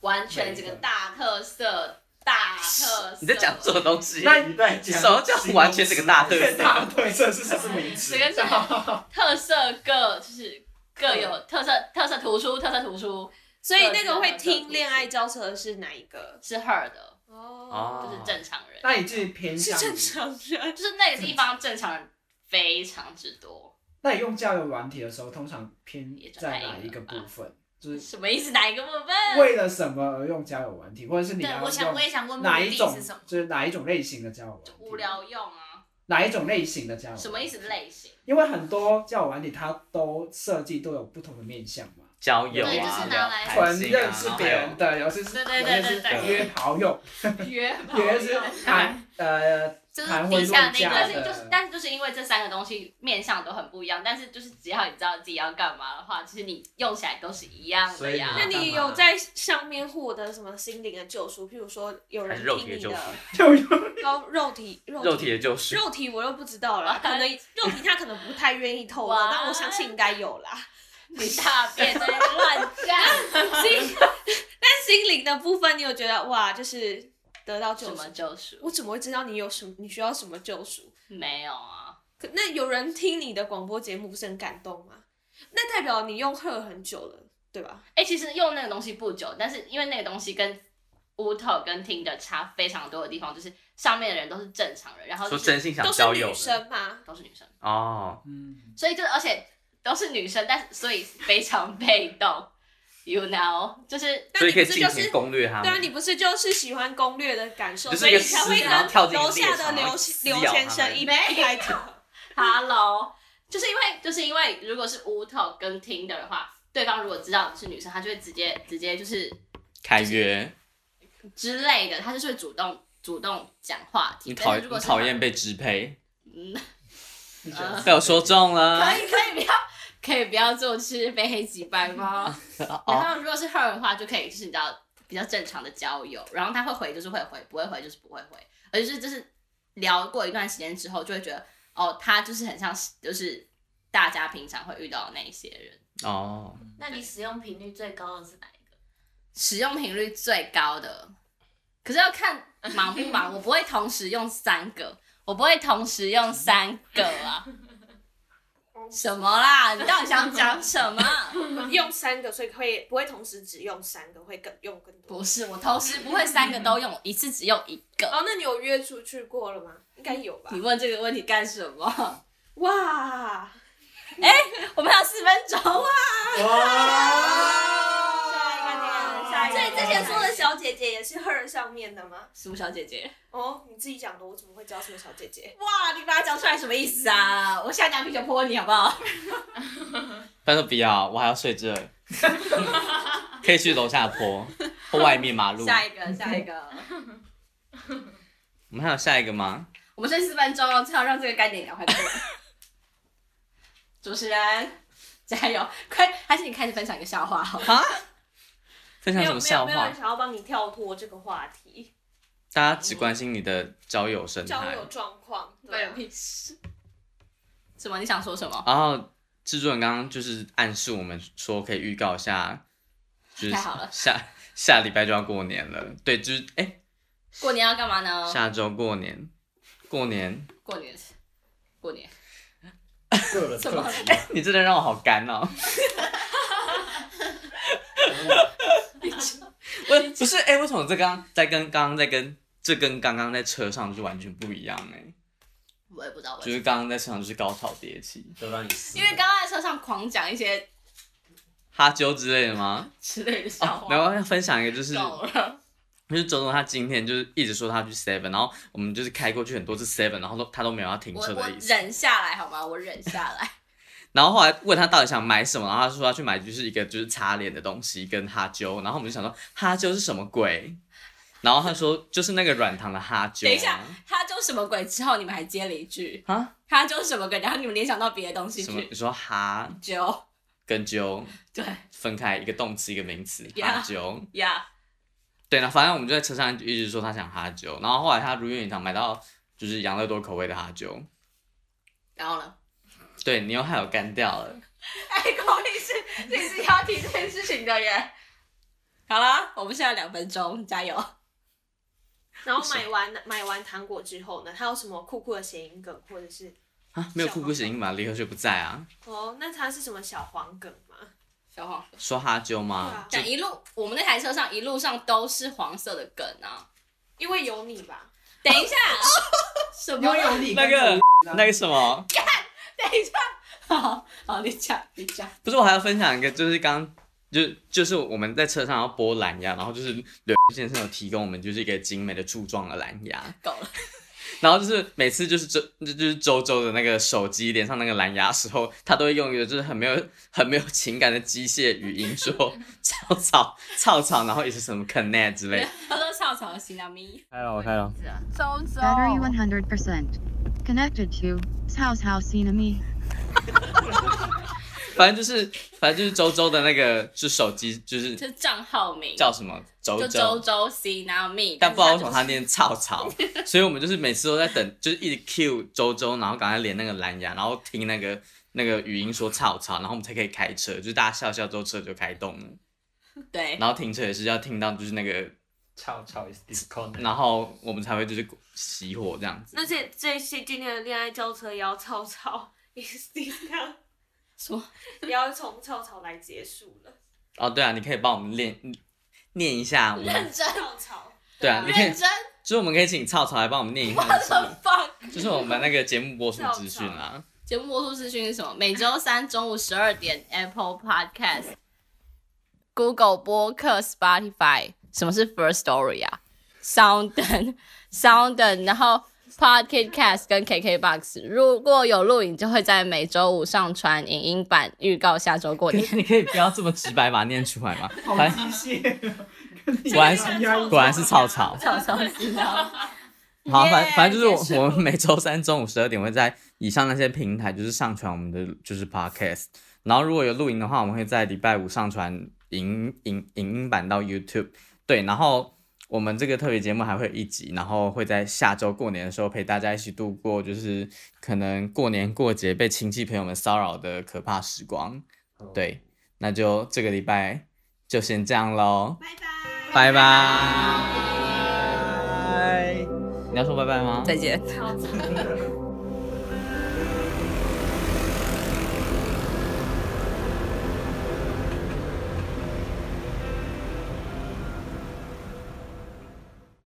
[SPEAKER 3] 完全这个大特色大特色。
[SPEAKER 1] 你在讲什么？东西？
[SPEAKER 4] 那你在讲
[SPEAKER 1] 什么叫完全这个大特色？
[SPEAKER 4] 大特色是什么名词
[SPEAKER 3] 这？个
[SPEAKER 5] (laughs)
[SPEAKER 3] 是特色各就是各有特色特色突出特色突出
[SPEAKER 2] 所以那个会听恋爱交车的是哪一个？
[SPEAKER 3] 是 Her 的，
[SPEAKER 1] 哦
[SPEAKER 3] 就是正常人，
[SPEAKER 5] 那你自己偏
[SPEAKER 2] 是
[SPEAKER 5] 向
[SPEAKER 2] 正
[SPEAKER 5] 于
[SPEAKER 2] 常人。
[SPEAKER 3] 就是那个地方正常人非常之多。
[SPEAKER 5] 那你用交友软体的时候，通常偏在哪一个部分？就是
[SPEAKER 3] 什么意思？哪一个部分？
[SPEAKER 5] 为了什么而用交友软体，或者是你
[SPEAKER 6] 对，
[SPEAKER 5] 要
[SPEAKER 6] 我想
[SPEAKER 5] 用
[SPEAKER 6] 我也想问目
[SPEAKER 5] 哪
[SPEAKER 6] 的
[SPEAKER 5] 一种
[SPEAKER 6] 是什么？？
[SPEAKER 5] 就是哪一种类型的交友软
[SPEAKER 3] 就
[SPEAKER 5] 体？
[SPEAKER 3] 无聊用啊，
[SPEAKER 5] 哪一种类型的交友？
[SPEAKER 3] 什么意？思？类型？
[SPEAKER 5] 因为很多交友软体它都设计都有不同的面向嘛，
[SPEAKER 1] 交友
[SPEAKER 6] 对，就
[SPEAKER 1] 啊
[SPEAKER 6] 是，拿来
[SPEAKER 1] 开
[SPEAKER 5] 纯
[SPEAKER 1] 心啊
[SPEAKER 5] 认识别人的，尤其是
[SPEAKER 6] 对对
[SPEAKER 5] 尤其
[SPEAKER 6] 对对
[SPEAKER 5] 是
[SPEAKER 1] 对
[SPEAKER 5] 约好友，
[SPEAKER 3] 约炮
[SPEAKER 5] 约是谈呃
[SPEAKER 6] 就是
[SPEAKER 5] 谈
[SPEAKER 6] 底
[SPEAKER 5] 婚
[SPEAKER 6] 下
[SPEAKER 5] 论
[SPEAKER 6] 那
[SPEAKER 5] 嫁
[SPEAKER 3] 但是
[SPEAKER 6] 个，
[SPEAKER 3] 就是，但是就是因为这三个东西面向都很不一样，但是就是只要你知道自己要干嘛的话，其实你用起来都是一样
[SPEAKER 4] 所
[SPEAKER 3] 的
[SPEAKER 4] 以
[SPEAKER 1] 啊
[SPEAKER 3] 呀。
[SPEAKER 2] 那你有在上面获得什么心灵的救赎？譬如说有
[SPEAKER 1] 还
[SPEAKER 2] 人
[SPEAKER 1] 是肉
[SPEAKER 2] 听
[SPEAKER 1] 体的
[SPEAKER 2] 你
[SPEAKER 1] 救赎
[SPEAKER 2] 的，
[SPEAKER 5] 就有
[SPEAKER 2] (laughs) 高肉体
[SPEAKER 1] 肉体的就是
[SPEAKER 2] 肉体我又不知道
[SPEAKER 3] (laughs)
[SPEAKER 2] 了，可能肉体他可能不太愿意透露，
[SPEAKER 3] 哇
[SPEAKER 2] 但我相信应该有
[SPEAKER 3] (laughs)
[SPEAKER 2] 啦。
[SPEAKER 3] 你大便在那边乱讲
[SPEAKER 2] 心，但心灵的部分，你有觉得哇，就是得到救
[SPEAKER 3] 什
[SPEAKER 2] 赎
[SPEAKER 3] 么？救赎？
[SPEAKER 2] 我怎么会知道你有什么？你需要什么救赎？
[SPEAKER 3] 没有啊，
[SPEAKER 2] 可那有人听你的广播节目，不是很感动吗？那代表你用 her 很久了，对吧？
[SPEAKER 3] 哎、其实用那个东西不久，但是因为那个东西跟 w o t o 跟 Tinder 差非常多的地方，就是上面的人都是正常人，然后、就
[SPEAKER 1] 说
[SPEAKER 3] 是、
[SPEAKER 1] 真心想
[SPEAKER 2] 都是
[SPEAKER 1] 交友
[SPEAKER 2] 女
[SPEAKER 1] 的
[SPEAKER 2] 生嘛，
[SPEAKER 3] 都是女生，
[SPEAKER 1] 哦，
[SPEAKER 5] 嗯，
[SPEAKER 6] (laughs)
[SPEAKER 3] 所以就而且都是女生，但是所以非常被动。 ，you know，就是
[SPEAKER 2] 但
[SPEAKER 1] 所以
[SPEAKER 2] 你
[SPEAKER 1] 可以
[SPEAKER 2] 不是
[SPEAKER 1] 尽
[SPEAKER 2] 就是
[SPEAKER 1] 情攻略他
[SPEAKER 2] 对啊，你
[SPEAKER 1] 们。
[SPEAKER 2] 不是就是喜欢攻略的感受，
[SPEAKER 1] 就是
[SPEAKER 2] 所以
[SPEAKER 1] 一
[SPEAKER 2] 你
[SPEAKER 1] 个
[SPEAKER 2] 才
[SPEAKER 1] 狮
[SPEAKER 2] 会
[SPEAKER 1] 子然后
[SPEAKER 2] 跟
[SPEAKER 1] 跳进
[SPEAKER 2] 楼
[SPEAKER 1] 猎
[SPEAKER 2] 下的
[SPEAKER 1] 场然
[SPEAKER 2] 刘
[SPEAKER 1] 后
[SPEAKER 2] 先
[SPEAKER 1] 撕
[SPEAKER 2] 刘
[SPEAKER 1] 咬
[SPEAKER 2] 先
[SPEAKER 1] 他
[SPEAKER 2] 生
[SPEAKER 1] 们
[SPEAKER 2] 一
[SPEAKER 3] 没
[SPEAKER 2] 一开头，
[SPEAKER 3] Hello，就是因为就是因为如果是 w t o 跟 Tinder 的话，对方如果知道你是女生，他就会直接直接就是
[SPEAKER 1] 凯约，
[SPEAKER 3] 之类的，他就是会主动主动讲话题。
[SPEAKER 1] 你讨
[SPEAKER 3] 但是
[SPEAKER 1] 你
[SPEAKER 3] 如果是
[SPEAKER 1] 讨厌被支配， (laughs)
[SPEAKER 3] 嗯，
[SPEAKER 2] 呃
[SPEAKER 1] 被我说中
[SPEAKER 3] 可
[SPEAKER 1] 了。 (laughs) 哦
[SPEAKER 3] 以可以不要可以不要做吃非黑即白吗？
[SPEAKER 1] 哦，
[SPEAKER 3] 然后如果是 her 的话，就可以就是你知道比较正常的交友，然后他会回就是会回，不会回就是不会回，而且是就是聊过一段时间之后，就会觉得哦，他就是很像是就是大家平常会遇到的那一些人。
[SPEAKER 1] 哦，
[SPEAKER 6] 那你使用频率最高的是哪一个？
[SPEAKER 3] 使用频率最高的，可是要看忙不忙。我不会同时用三个，我不会同时用三个啊。什么啦？你到底想讲什么？
[SPEAKER 2] 用三个，所以会不会同时只用三个，会更用更多？
[SPEAKER 3] 不是，我同时不会三个都用，我一次只用一个。
[SPEAKER 2] 哦，那你有约出去过了吗？应该有吧
[SPEAKER 3] (laughs) 你。问这个问题干什么？ (laughs)
[SPEAKER 2] 哇，
[SPEAKER 3] 我们还有四分钟啊！
[SPEAKER 2] 下一个那个下一个，
[SPEAKER 6] 所以之前说
[SPEAKER 2] 的小姐姐也是 her 上面的吗？
[SPEAKER 3] 苏小姐姐，
[SPEAKER 2] 哦，你自己讲的，我怎么会知道什么小姐姐？
[SPEAKER 3] 哇，你把它讲出来什么意思啊？我下拿啤酒泼你好不好？
[SPEAKER 1] 但是不要，我还要睡这。
[SPEAKER 2] (laughs)
[SPEAKER 1] 可以去楼下坡或外面马路。
[SPEAKER 3] 下一 (laughs) 个，下一个，
[SPEAKER 1] 我们还有下一个吗？
[SPEAKER 3] 我们剩四分钟哦，最好让这个概念赶快过来。主持人，加油！快，还是你开始分享一个笑话好了。
[SPEAKER 1] 分享什
[SPEAKER 2] 没有
[SPEAKER 1] 么
[SPEAKER 2] 没有
[SPEAKER 1] 笑
[SPEAKER 2] 没有
[SPEAKER 1] 话
[SPEAKER 2] 人？想要帮你跳脱这个话题，
[SPEAKER 1] 大家只关心你的交友生
[SPEAKER 2] 交
[SPEAKER 1] 态
[SPEAKER 2] 友。状况。对啊，
[SPEAKER 3] 屁事。什么？你想说什么？
[SPEAKER 1] 然后制作人刚刚就是暗示我们说可以预告一下，就是
[SPEAKER 3] 太好了
[SPEAKER 1] 下下礼拜就要过年了。对，就是哎、
[SPEAKER 3] 过年要干嘛呢？
[SPEAKER 1] 下周过年，过年，
[SPEAKER 3] 过年，过年。
[SPEAKER 4] 个人
[SPEAKER 3] 什么
[SPEAKER 4] 特质，
[SPEAKER 1] 你真的让我好干
[SPEAKER 3] (laughs)
[SPEAKER 1] 哦。我不是哎、为什么这刚在跟刚刚在跟这跟刚刚在车上就是完全不一样哎、
[SPEAKER 3] 我也不知道为什
[SPEAKER 1] 就
[SPEAKER 3] 么，
[SPEAKER 1] 是刚刚在车上就是高潮迭起，
[SPEAKER 4] 都让你死
[SPEAKER 3] 因为刚刚在车上狂讲一些
[SPEAKER 1] 哈啾之类的吗？
[SPEAKER 3] 之类的笑
[SPEAKER 1] 哦，
[SPEAKER 3] 话，
[SPEAKER 1] 然后要分享一个就是
[SPEAKER 3] 够了。
[SPEAKER 1] 就是周总他今天就是一直说他去 Seven，然后我们就是开过去很多次 Seven，然后都他都没有要停
[SPEAKER 3] 我
[SPEAKER 1] 车
[SPEAKER 3] 我
[SPEAKER 1] 的意思。
[SPEAKER 3] 忍下来好吗？我忍下来。
[SPEAKER 1] 然后后来问他到底想买什么，然后他说他去买就是一个就是擦脸的东西跟哈啾，然后我们就想说哈啾是什么鬼？然后他说就是那个软糖的哈啾啊。
[SPEAKER 3] 等一下他就什么鬼？之后你们还接了一句，
[SPEAKER 1] 啊？
[SPEAKER 3] 他就什么鬼？然后你们联想到别的东西
[SPEAKER 1] 什么？
[SPEAKER 3] 去
[SPEAKER 1] 你说哈
[SPEAKER 3] 就
[SPEAKER 1] 跟啾
[SPEAKER 3] 对
[SPEAKER 1] 分开一个动词一个名词哈
[SPEAKER 3] Yeah
[SPEAKER 1] 啾。
[SPEAKER 3] 呀。
[SPEAKER 1] 对然后反正我们就在车上一直说他想哈啾，然后后来他如愿以偿买到就是养乐多口味的哈啾。
[SPEAKER 3] 然后呢？
[SPEAKER 1] 对你又害我干掉了。
[SPEAKER 3] 哎，郭律师， (laughs) 你是要提这件事情的耶。好啦，我们现在两分钟，加油！
[SPEAKER 2] 然后买完买完糖果之后呢，他有什么酷酷的谐音梗，或者是
[SPEAKER 1] 啊，没有酷酷谐音嘛，李和雪不在啊，
[SPEAKER 2] 哦，那他是什么小黄梗吗？
[SPEAKER 3] 小黄，
[SPEAKER 1] 说哈啾嘛，
[SPEAKER 3] 讲一路，我们那台车上一路上都是黄色的梗啊。
[SPEAKER 2] 因为有你吧。
[SPEAKER 3] 等一下，什么
[SPEAKER 5] 拥？有你
[SPEAKER 1] 那
[SPEAKER 5] 跟
[SPEAKER 1] 个
[SPEAKER 5] 啊
[SPEAKER 1] 那个什么，
[SPEAKER 3] 等一下，好好，你讲，你讲。
[SPEAKER 1] 不是我还要分享一个，就是刚就就是我们在车上要播蓝牙，然后就是刘先生有提供我们就是一个精美的柱状的蓝牙，
[SPEAKER 3] 够了，
[SPEAKER 1] 然后就是每次就是周就就是周周的那个手机连上那个蓝牙的时候，他都会用一个就是很没有很没有情感的机械语音说草草草草，然后也是什么 connect 之类的。
[SPEAKER 3] 他说草草行啊咪，
[SPEAKER 4] 开了，我开了，
[SPEAKER 7] Battery 100%. Connected to House House Enemy.
[SPEAKER 1] 反正就是反正就是周周的那个就手机就是
[SPEAKER 3] 就是账号名，
[SPEAKER 1] 叫什么周
[SPEAKER 3] 就周周 C 然后 me，
[SPEAKER 1] 但不知道为什
[SPEAKER 3] 是
[SPEAKER 1] 么
[SPEAKER 3] 他
[SPEAKER 1] 他念草草，
[SPEAKER 3] (laughs)
[SPEAKER 1] 所以我们就是每次都在等，就是一直 Q 周周，然后赶快连那个蓝牙，然后听那个那个语音说草草，然后我们才可以开车，就是大家笑笑之后车就开动了，
[SPEAKER 3] 就是对
[SPEAKER 1] 然后停车也是要听到就是那个，
[SPEAKER 4] 超超 is disconnect，
[SPEAKER 1] 然后我们才会就是熄火这样子。
[SPEAKER 2] 那这这些今天的恋爱轿车也要草草 is d i s c o
[SPEAKER 3] 什么？
[SPEAKER 2] 也要从草草来结束了。
[SPEAKER 1] 哦，对啊，你可以帮我们念念一下我们
[SPEAKER 3] 认，真
[SPEAKER 2] 草草，
[SPEAKER 1] 对啊，你可以
[SPEAKER 3] 认，真
[SPEAKER 1] 就是我们可以请草草来帮我们念一下，就是
[SPEAKER 3] 欸，what the fuck？
[SPEAKER 1] 就是我们那个节目播出资讯啊。
[SPEAKER 3] 节目播出资讯是什么？每周三中午十二点，Apple Podcast、 (laughs) Google 播客、Spotify，什么是 First Story 啊？Sounden、Sounden，然后 Pocket Cast 跟 KKBox。如果有录影，就会在每周五上传影音版，预告下周过
[SPEAKER 1] 可
[SPEAKER 3] 年。
[SPEAKER 1] 是你可以不要这么直白把它念出来吗？
[SPEAKER 5] 好
[SPEAKER 1] 反
[SPEAKER 5] 机械哦，跟你
[SPEAKER 1] 果然
[SPEAKER 5] 一
[SPEAKER 1] 是
[SPEAKER 5] 样
[SPEAKER 1] 果然是草草。
[SPEAKER 3] 草草知道。
[SPEAKER 1] 好，反
[SPEAKER 3] Yeah，
[SPEAKER 1] 反正
[SPEAKER 3] 结
[SPEAKER 1] 就是
[SPEAKER 3] 束
[SPEAKER 1] 我我们每周三中午十二点会在以上那些平台就是上传我们的就是 podcast，然后如果有录影的话，我们会在礼拜五上传影影影音版到 YouTube。对，然后我们这个特别节目还会有一集，然后会在下周过年的时候陪大家一起度过，就是可能过年过节被亲戚朋友们骚扰的可怕时光。对，那就这个礼拜就先这样喽，
[SPEAKER 8] 拜拜。
[SPEAKER 1] 拜拜。你要说拜拜吗？
[SPEAKER 3] 再见。